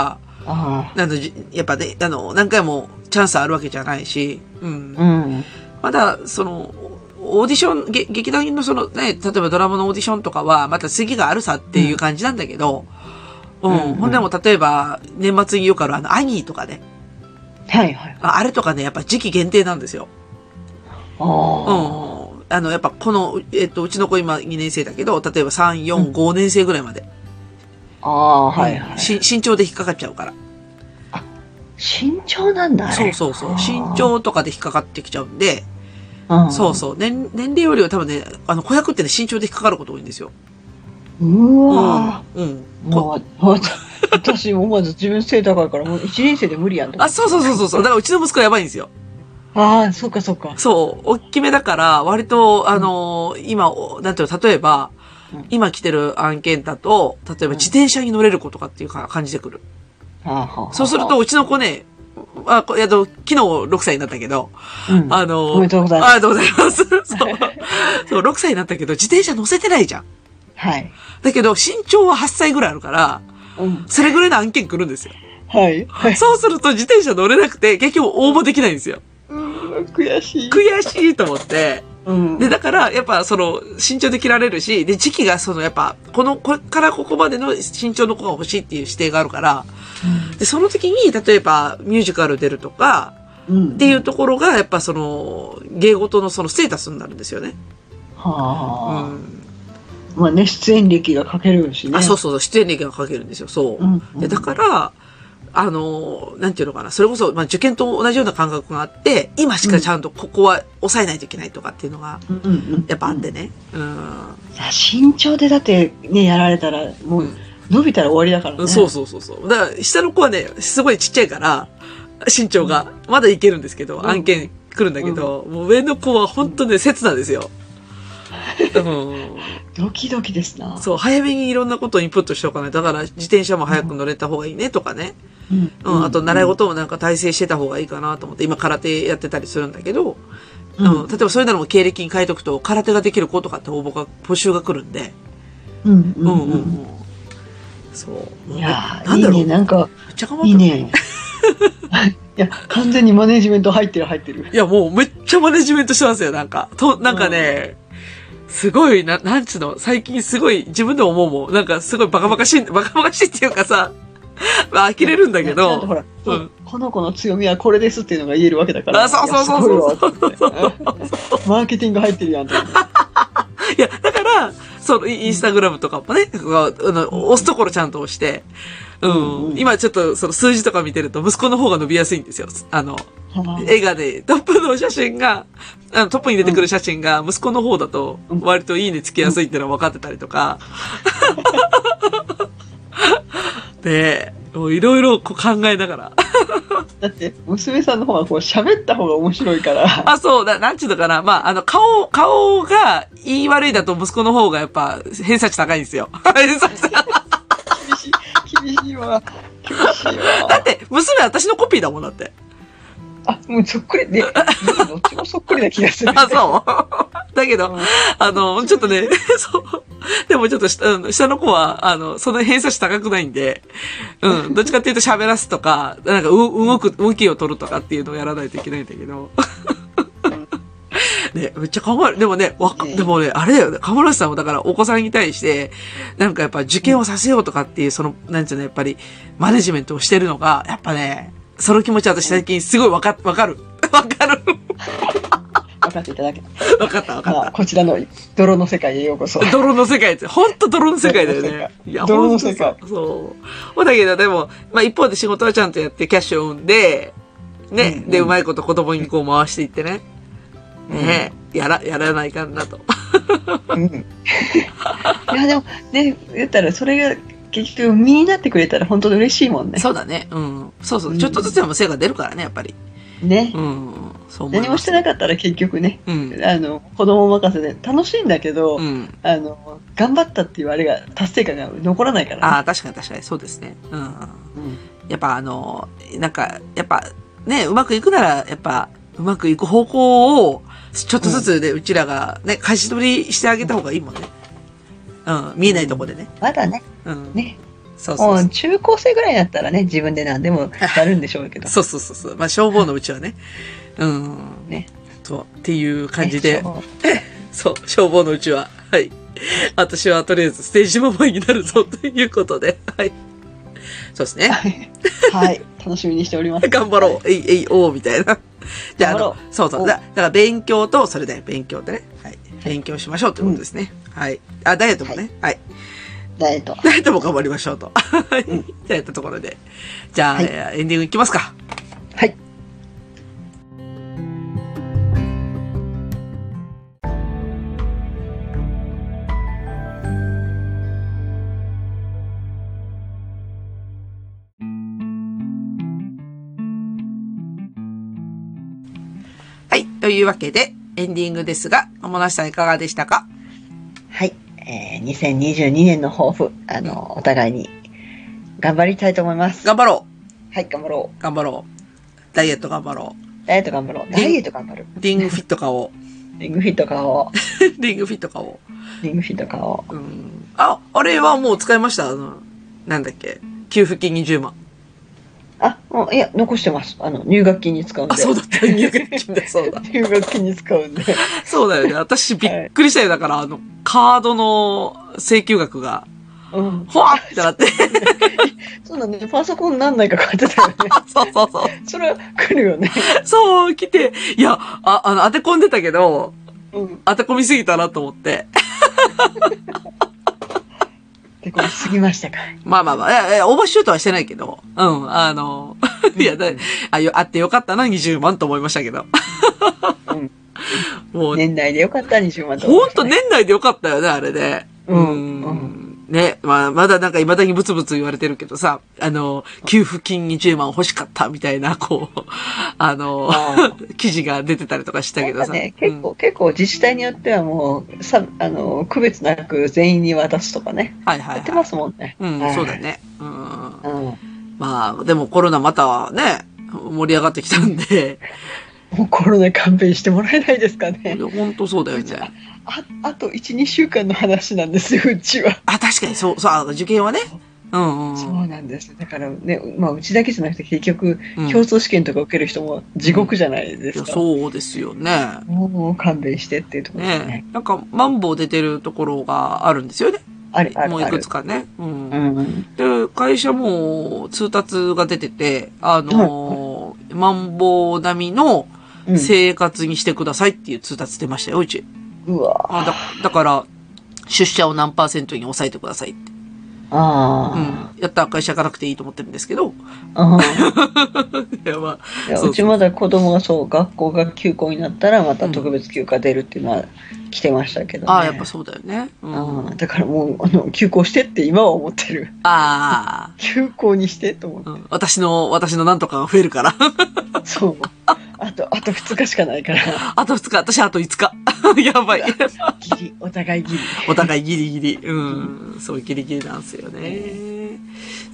C: は
B: あの、じやっぱね、あの、何回もチャンスあるわけじゃないし、うん
C: い。うん。
B: まだ、その、オーディション、げ劇団のそのね、例えばドラマのオーディションとかは、また次があるさっていう感じなんだけど、うん。
C: うんうん
B: ほんでも、例えば、年末によくあるあの、アニーとかね、
C: はいはい。
B: ああれとかね、やっぱ時期限定なんですよ。う
C: あ
B: ん。あの、やっぱこの、えっと、うちの子今2年生だけど、例えば3、4、5年生ぐらいまで。
C: あ。ああー、はいはい。
B: し身長で引っかかっちゃうから。
C: 慎重なんだ、あ
B: そ
C: れ
B: うそうそう。
C: あー
B: 身長とかで引っかかってきちゃうんで、
C: うん
B: そうそう。年、年齢よりは多分ね、あの、500ってね、身長で引っかかること多いんですよ。
C: う。うわ
B: うん。うん。
C: ーもう、わた 私、思わず自分背高いから、もう一年生で無理やんと。
B: あ、そうそうそうそうそう。だからうちの息子やばいんですよ。
C: ああ、そうかそうか。
B: そう。大きめだから、割と、あのー今、おなんていうの、例えば
C: うん、
B: 今来てる案件だと、例えば
C: うん
B: 自転車に乗れる子とかっていうか感じてくる。
C: はあはあ
B: そうすると、、うちの子ね、あ、こえっと、昨日6歳になったけど、
C: うん
B: あのー
C: おめでとうございます
B: ありがとうございます。そう。そう、6歳になったけど、自転車乗せてないじゃん。
C: はい。
B: だけど、身長は8歳ぐらいあるから、
C: うん。
B: それぐらいの案件来るんですよ。
C: はい。はい。
B: そうすると自転車乗れなくて、結局応募できないんですよ。
C: 悔しい。
B: 悔しいと思って。
C: うん。
B: で、だから、やっぱその、身長で切られるし、で、時期がその、やっぱ、この、これからここまでの身長の子が欲しいっていう指定があるから、で、その時に、例えば、ミュージカル出るとか、
C: うん
B: っていうところが、やっぱその、芸事のそのステータスになるんですよね。う
C: はあ、
B: ん。
C: まあね、出演歴が書けるしね。
B: あ、そうそうそう、出演歴がかけるんですよ、そう。
C: うんうん
B: で、だから、あの、なんていうのかな、それこそ、まあ、受験と同じような感覚があって、今しかちゃんとここは抑えないといけないとかっていうのが、
C: うんうん、
B: やっぱあってね。うん。
C: いや身長でだってね、やられたら、もう
B: うん、
C: 伸びたら終わりだからね。
B: そうそうそうそう。だから、下の子はね、すごいちっちゃいから、身長が、まだいけるんですけど、
C: ん
B: 案件来るんだけど、もう上の子は本当ね、切なんですよ。うん。
C: ドキドキですな。
B: そう、早めにいろんなことをインプットしておかないと。だから、自転車も早く乗れた方がいいねとかね。
C: うん
B: うん、あと習い事もなんか体制してた方がいいかなと思って、今空手やってたりするんだけど、う、
C: うんん
B: 例えばそういうのも経歴に書いとくと、空手ができる子とかって応募が、募集が来るんで、
C: うん
B: う
C: うんん
B: うんう
C: うんん。。
B: そう。
C: いや
B: な
C: ー、
B: ん
C: いい
B: だろう
C: ね、なんか、
B: めっちゃ頑張っ
C: い
B: て
C: い
B: る。
C: ね。いや、完全にマネジメント入ってる入ってる。
B: いや、もうめっちゃマネジメントしてますよ、なんか。と、なんかね、すごい、な、なんつうの、最近すごい自分でも思うもん。なんかすごいバカバカしい、バカバカしいっていうかさ、まあ呆れるんだけ
C: いやちゃんとほ
B: ど、
C: ら、
B: うん
C: そうこの子の強みはこれですっていうのが言えるわけだから。
B: あそうそうそうそう
C: いやすごいわと思ってマーケティング入ってるやんと思って。
B: いや、だから、その、インスタグラムとかもね、こうあの、押すところちゃんと押して、うん、
C: うん
B: 今ちょっと、その数字とか見てると、息子の方が伸びやすいんですよ。あの、
C: はあ
B: 映画で、トップの写真が、あの、トップに出てくる写真が、息子の方だと、
C: うん
B: 割といいねつきやすいってのは分かってたりとか。 で、もういろいろこう考えながら。
C: だって、娘さんの方がこう喋った方が面白いから。
B: あ、そう、だなんちゅうのかな。まあ、あの、顔、顔が言い悪いだと息子の方がやっぱ偏差値高いんですよ。 偏差値高い。
C: 厳しい、厳しいわ。厳しい
B: だ
C: わ
B: っ。て、娘は私のコピーだもんだって。
C: あ、もうそっくりで、どっちもそっくりな気がする。
B: あ、そう。 だけ
C: う
B: ど、
C: ん
B: あの、ちょっとね、 そう。でもちょっと下あの下の子は、あの、その偏差値高くないんで、うん、どっちかっていうと喋らすとか、なんかう動く、動きを取るとかっていうのをやらないといけないんだけど。 ね、めっちゃ考える。でもね、わか、
C: ね
B: でもね、あれだよね、鴨ラさんもだからお子さんに対して、なんかやっぱ受験をさせようとかっていう、その、なんていうの、やっぱり、マネジメントをしてるのが、やっぱね、その気持ちは私最近すごいわか、わかる。 わかる。
C: 分かっていただけた。
B: わかったわかっ
C: まあ、こちらの泥の世界へようこそ。
B: た。 泥の世界って、ほんと泥の世界だよ ね。いや、
C: 泥
B: ほん
C: の
B: と
C: 世界
B: そう。そう。まあだけど、でも、まあ一方で仕事はちゃんとやってキャッシュを生んで、ね、
C: うんうん
B: で、うまいこと子供に こう回していってね。ね、やら、やらないかんなと。
C: うん。いや、でも、ね、言ったら、それが結局、身になってくれたら本当に嬉しいもんね。
B: そうだね。うん。そうそうう。
C: ん
B: ちょっとずつでも成果出るからね、やっぱり。
C: ね
B: う。ん。そう思い
C: 何も
B: ま
C: し
B: す。
C: てなかったら結局ね、
B: うん。
C: あの、子供任せで楽しいんだけど、
B: うん。
C: あの、頑張ったっていうあれが、達成感が残らないから、
B: あ
C: ね。
B: あ、確かに確かに。そうですね。うんうん。
C: うん
B: やっぱあの、なんか、やっぱ、ね、うまくいくなら、やっぱ、うまくいく方向を、ちょっとずつで、うちらがね、貸し取りしてあげた方がいいもんね。うん、見えないとこでね。
C: まだね、
B: うん。
C: ね、
B: そうそ
C: も
B: うそう
C: う中高生ぐらいだったらね、自分で何でもやるんでしょうけど。
B: そうそうそうそう。まあ、消防のうちはね。うん。
C: ね。
B: そう。っていう感じで
C: ね。そ
B: そ
C: う
B: う、消防のうちは。はい。私はとりあえずステージママになるぞということで。はい。そうですね。
C: はい、楽しみにしております。
B: 頑張ろう。えい、えい、おう、みた いな。じゃあ、あ
C: 頑張ろ
B: の、そうそ
C: お
B: う。
C: う
B: だだから勉強と、それだよ、勉強でね。はい。勉強しましょうということですね。はい。あ、ダイエットもね。はい。
C: ダイエット。
B: ダイエットも頑張りましょうと。はい。じゃあ、やったところで。じゃあ、
C: はい
B: えーエンディングいきますか。
C: はい。
B: はい。というわけで、エンディングですが、もなしさんいかがでしたか
C: はい、えー、2022年の抱負、あの、お互いに頑張りたいと思います。
B: 頑張ろ
C: はい、頑張ろ
B: う。頑張ろう。ダイエット頑張ろう。
C: う。ダイエット頑張ろう。ダイエット頑張る。
B: リングフィット買おう。
C: リングフィット買おう。
B: リングフィット買おう。
C: リングフィット買おう。
B: うんあ、あれはもう使いました。あの、なんだっけ。給付金20万。
C: あ、もう、いや、残してます。あの、入学金に使うんで。
B: あ、そう だった。入学金だ。そうだ。
C: 入学金に使うんで。
B: そうだよ ね。私びっくりしたよ。だから、あの、カードの請求額が、
C: うん。
B: ほわってなって。
C: そうだね。パソコン何台か買って たよね。
B: そうそうそう。
C: それは来るよね。
B: そう、来て。いや、あ、あの、当て込んでたけど、
C: うん。
B: 当て込みすぎたなと思って。
C: で、これ過ぎましたか。
B: まあまあまあ、いやいやオーバーシュートはしてないけど、うん、あ の、いや、だあよ、あってよかったな、20万と思いましたけど。
C: うん
B: もう、
C: 年内でよかった、20万と思い
B: ほ
C: ま
B: ん
C: した
B: と
C: ね。
B: 年内でよかったよね、あれで。
C: うん
B: んね、まあ、まだなんか未だにブツブツ言われてるけどさ、あの、給付金20万欲しかったみたいな、こう、 あの、
C: あ
B: 記事が出てたりとかしたけど
C: なん
B: さ。
C: かね、結構、結構自治体によってはもう、さ、あの、区別なく全員に渡すとかね
B: う。んはいはい、
C: やって
B: は
C: ま
B: い。
C: すもんね。
B: うん、そうだ。ね。うん。
C: うん。
B: まあ、でもコロナまたね、盛り上がってきたん で、
C: もうコロナ勘弁してもらえないですかね。
B: ほんとそうだよ
C: うちは
B: ね。
C: あ、あと1、2週間の話なんですよ、うちは。
B: あ、確かに、そう、そうあ、受験はね。うんうん。
C: そうなんです。だからね、まあ、うちだけじゃなくて結局、
B: うん
C: 競争試験とか受ける人も地獄じゃないで
B: い
C: す
B: や
C: か。
B: そうですよね。
C: もう勘弁してっていうところですね。
B: ねなんか、マンボウ出てるところがあるんですよね。
C: あるあ
B: も
C: る
B: うい
C: あ
B: く
C: る
B: つ。かね。うん。
C: うん。
B: で、会社も通達が出てて、あのーマンボウ並みの
C: うん
B: 生活にしてくださいっていう通達出ましたよ、うち。
C: うわ
B: あだだから、出社を何パーセントに抑えてくださいって。う
C: あ
B: ん。やったら会社行かなくていいと思ってるんですけ ど。
C: あ。う
B: い
C: ん
B: やまあ
C: い
B: そう
C: や
B: そう
C: うちまだ子供がそう学校が休校になったらまた特別休暇出るっていうのは来てましたけど、ね
B: ああ、やっぱそうだよね。うん。
C: うんだからもうあの休校してって今は思ってる
B: あ
C: 休校にしてと思っ
B: あ、
C: て、
B: うん。私の、私のなんとかが増えるから。
C: そうあとあと2日しかないから
B: あと2日、 私あと5日。やばい。
C: ギリお互いギリ
B: お互いギリギリ。うん。そう、ギリギリなんですよね。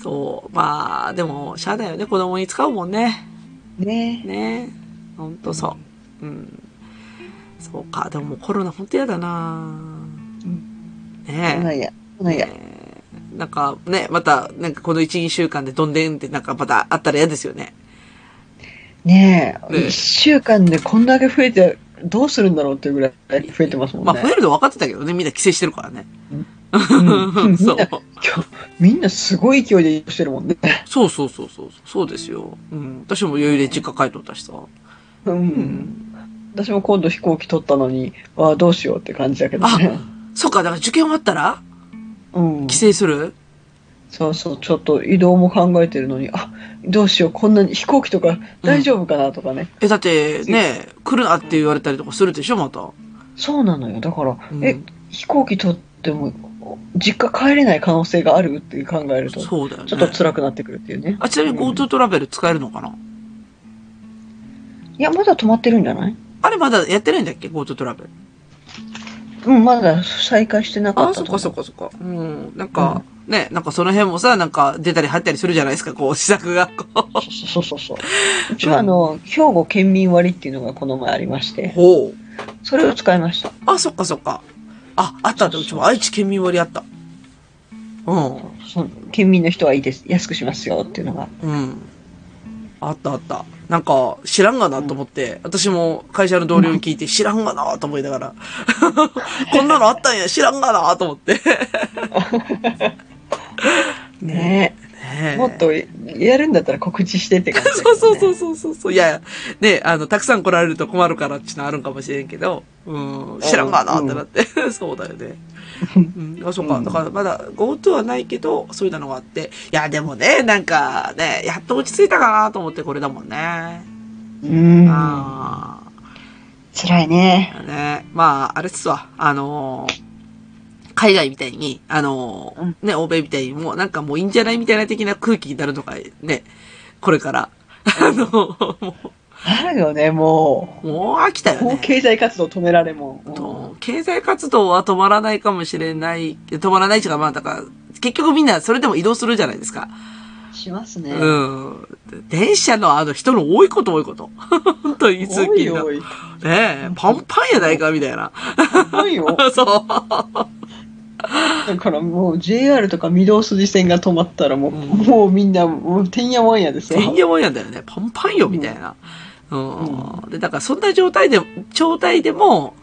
B: そう。まあ、でも、しゃあだよね。子供に使うもんね。
C: ね
B: ね。ほんとそう。うん。そうか。でももうコロナほんと嫌だな
C: えな
B: ね
C: んやなん
B: え
C: や。
B: なんかね、また、なんかこの1、2週間でどんでんってなんかまたあったら嫌ですよね。
C: ねえ
B: ねえ
C: 1週間でこんだけ増えてどうするんだろうっていうぐらい増えてますもん
B: ま
C: ね、
B: あ増えるの分かってたけどね。みんな帰省してるからね。
C: うんみ ん
B: そ
C: な
B: う。
C: 今日みんなすごい勢いで移動してるもんね
B: そうそうそうそう。そうですよ。うん。私も余裕で実家帰っとったしさ。
C: う
B: うんん。
C: 私も今度飛行機取ったのに、ああ、どうしようって感じだけどね。
B: そっか、だから受験終わったら
C: うん
B: 帰。省する、
C: そうそう、ちょっと移動も考えてるのに、あ、どうしよう、こんなに飛行機とか大丈夫かなとかね。
B: え、だってね、来るなって言われたりとかするでしょ、また。
C: そうなのよ。だから、
B: うん
C: え、飛行機取って、ってもう、実家帰れない可能性があるっていう考えると、ちょ
B: そうだよね。
C: っと辛くなってくるっていうね。
B: あ、ちなみに GoTo トラベル使えるのかない
C: や、まだ止まってるんじゃない
B: あれまだやってないんだっけ ?GoTo トラベル。
C: うん、まだ再開してなか
B: あ、
C: った
B: そっ
C: と思
B: か
C: う
B: そっかそっか。うん。なんか、ね、なんかその辺もさ、なんか出たり入ったりするじゃないですか、こう、施策が。こう
C: そうそうそうそう。うちはあの、兵庫県民割っていうのがこの前ありまして、
B: ほう。
C: それを使いました。
B: あ、そっかそっか。あ、あった。でもちょ、愛知県民割あった。う
C: その県民の人はいいです。安くしますよっていうのが。
B: ん。うん。あったあった。なんか、知らんがなと思って、私も会社の同僚に聞いて、知らんがなと思いながら、 こんなのあったんや、知らんがなと思って。
C: ね
B: ね
C: え。
B: え
C: もっとやるんだったら告知してって感じ、。
B: そうそうそううそうそうそう。いや、ね、あの、たくさん来られると困るからっていうのはあるんかもしれんけど、うん、知らんがなってなって。 そうだよね。うん、あ、そうか。
C: うん
B: だからまだ GoTo はないけど、そういうのがあって。いや、でもね、なんかね、やっと落ち着いたかなと思ってこれだもんね。
C: うん。
B: あ
C: 辛いね。
B: あ。ね、まあ、あれっすわ。あのー海外みたいに、あのーね、欧米みたいにもうなんかもういいんじゃないみたいな的な空気になるのがね、これから。 あのーも
C: あるよね、も
B: う、もう飽きたよ
D: うもう
B: ね。
D: 経済活動止められもん。
B: と、経済活動は止まらないかもしれない。止まらないというか、まあ、だから、結局みんなそれでも移動するじゃないですか。
C: う。しますね。
B: うん。電車のあの人の多いこと多いこと。 本当に通
D: おい
B: 勤の。
D: お
B: ね
D: い。
B: え、パンパンやないか、みたいな。
D: おいよ。
B: そう。
D: だからもう JR とか御堂筋線が止まったらもう、
B: うん
D: もうみんな、もうてんやわんやですわ。
B: てんやもんやだよね。パンパンよ、みたいな。うん。で、だからそんな状態で、状態でも、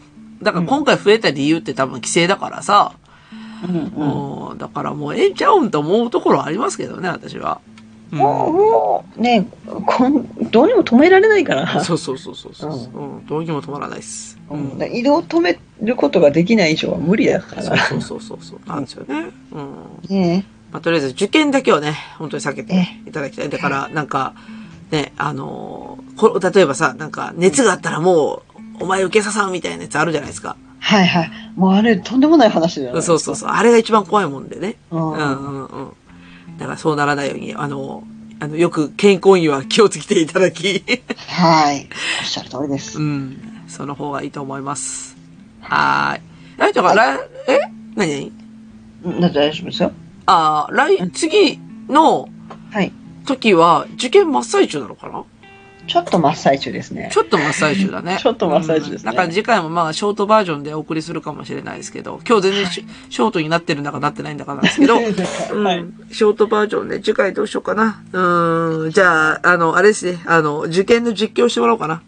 B: だから今回増えた理由って多分規制だからさ。
D: うんうん。
B: うん。だからもうええんちゃうんと思うところはありますけどね、私は。うん
C: もう、もう、ねこん、どうにも止められないから。
B: そうそうそうそうそう、うん。どうにも止まらないです。う
C: うん
B: ん。
C: 移動を止めることができない以上は無理だか
B: そう
C: ら。
B: そうそうそうそう。なんですよね。うん。
C: ね
B: まあ、とりあえず受験だけをね、本当に避けて
C: え
B: いただきたい。だから、なんか、ね、あのーこ例えばさ、なんか、熱があったらもう、お前受けささんみたいなやつあるじゃないですか。
C: はいはい。
D: もうあれ、とんでもない話だよね。
B: そうそうそう。あれが一番怖いもんでね。
D: うん。
B: うんうんうん。だからそうならないように、あの、あの、よく健康には気をつけていただき。
C: はい。おっしゃる通りです
B: う。ん。 その方がいいと思います。はーい。え、だから、来え何何
C: うんだって大丈夫ですよ。
B: ああ、来、次の
C: はい。
B: 時は、受験真っ最中なのかな
C: ちょっと真っ最中ですね
B: ち。ょっと真っ最中だ ね。
D: ちょっと真っ最中ですね
B: うんだから次回もまあ、ショートバージョンでお送りするかもしれないですけど、今日全然シ,、ョートになってるんだかなってないんだかなんです けど、 うん
D: はい。
B: ショートバージョンで次回どうしようかな。うーん、じゃあ、あの、あれですね、あの、受験の実況してもらおうかな。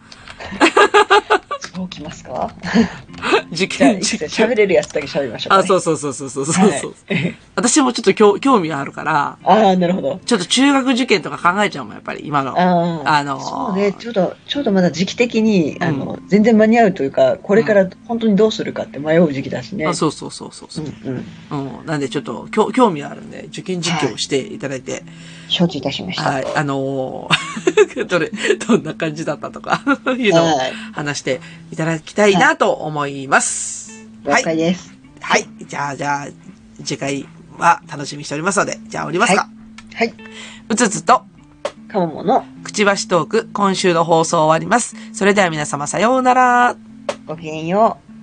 C: そうきますか
B: 受
C: じゃあ、
B: 験
C: いつ
B: 実
C: か
B: 況。
C: 喋れるやつだけ喋りましょうか、
B: あ、
C: ね。
B: そうそうそうそうそうそうそう。
C: はい
B: 私もちょっと興興味があるから、
C: ああ、なるほど。
B: ちょっと中学受験とか考えちゃうもん、やっぱり、今の。
C: ああ。
B: あのー
C: そうね。ちょうど、ちょうどまだ時期的に、
B: ん
C: あの、全然間に合うというか、これから本当にどうするかって迷う時期だしね。
B: あそうそうそうそうそう。
C: うんうん。
B: うん。なんでちょっと、きょ興味あるんで、受験実況をしていただいて、
C: 承知いたしました。
B: はい、あのー どれ、どんな感じだったとか、 いうのを
C: はい。
B: 話していただきたいなと思います。
C: 了
B: はい。
C: 解です。
B: はい。じゃあ、じゃあ、次回は楽しみにしておりますので、じゃあ、おりますか。
C: はい。
B: うつつと、
C: かももの
B: くちばしトーク、今週の放送終わります。それでは皆様、さようなら。
C: ごきげんよう。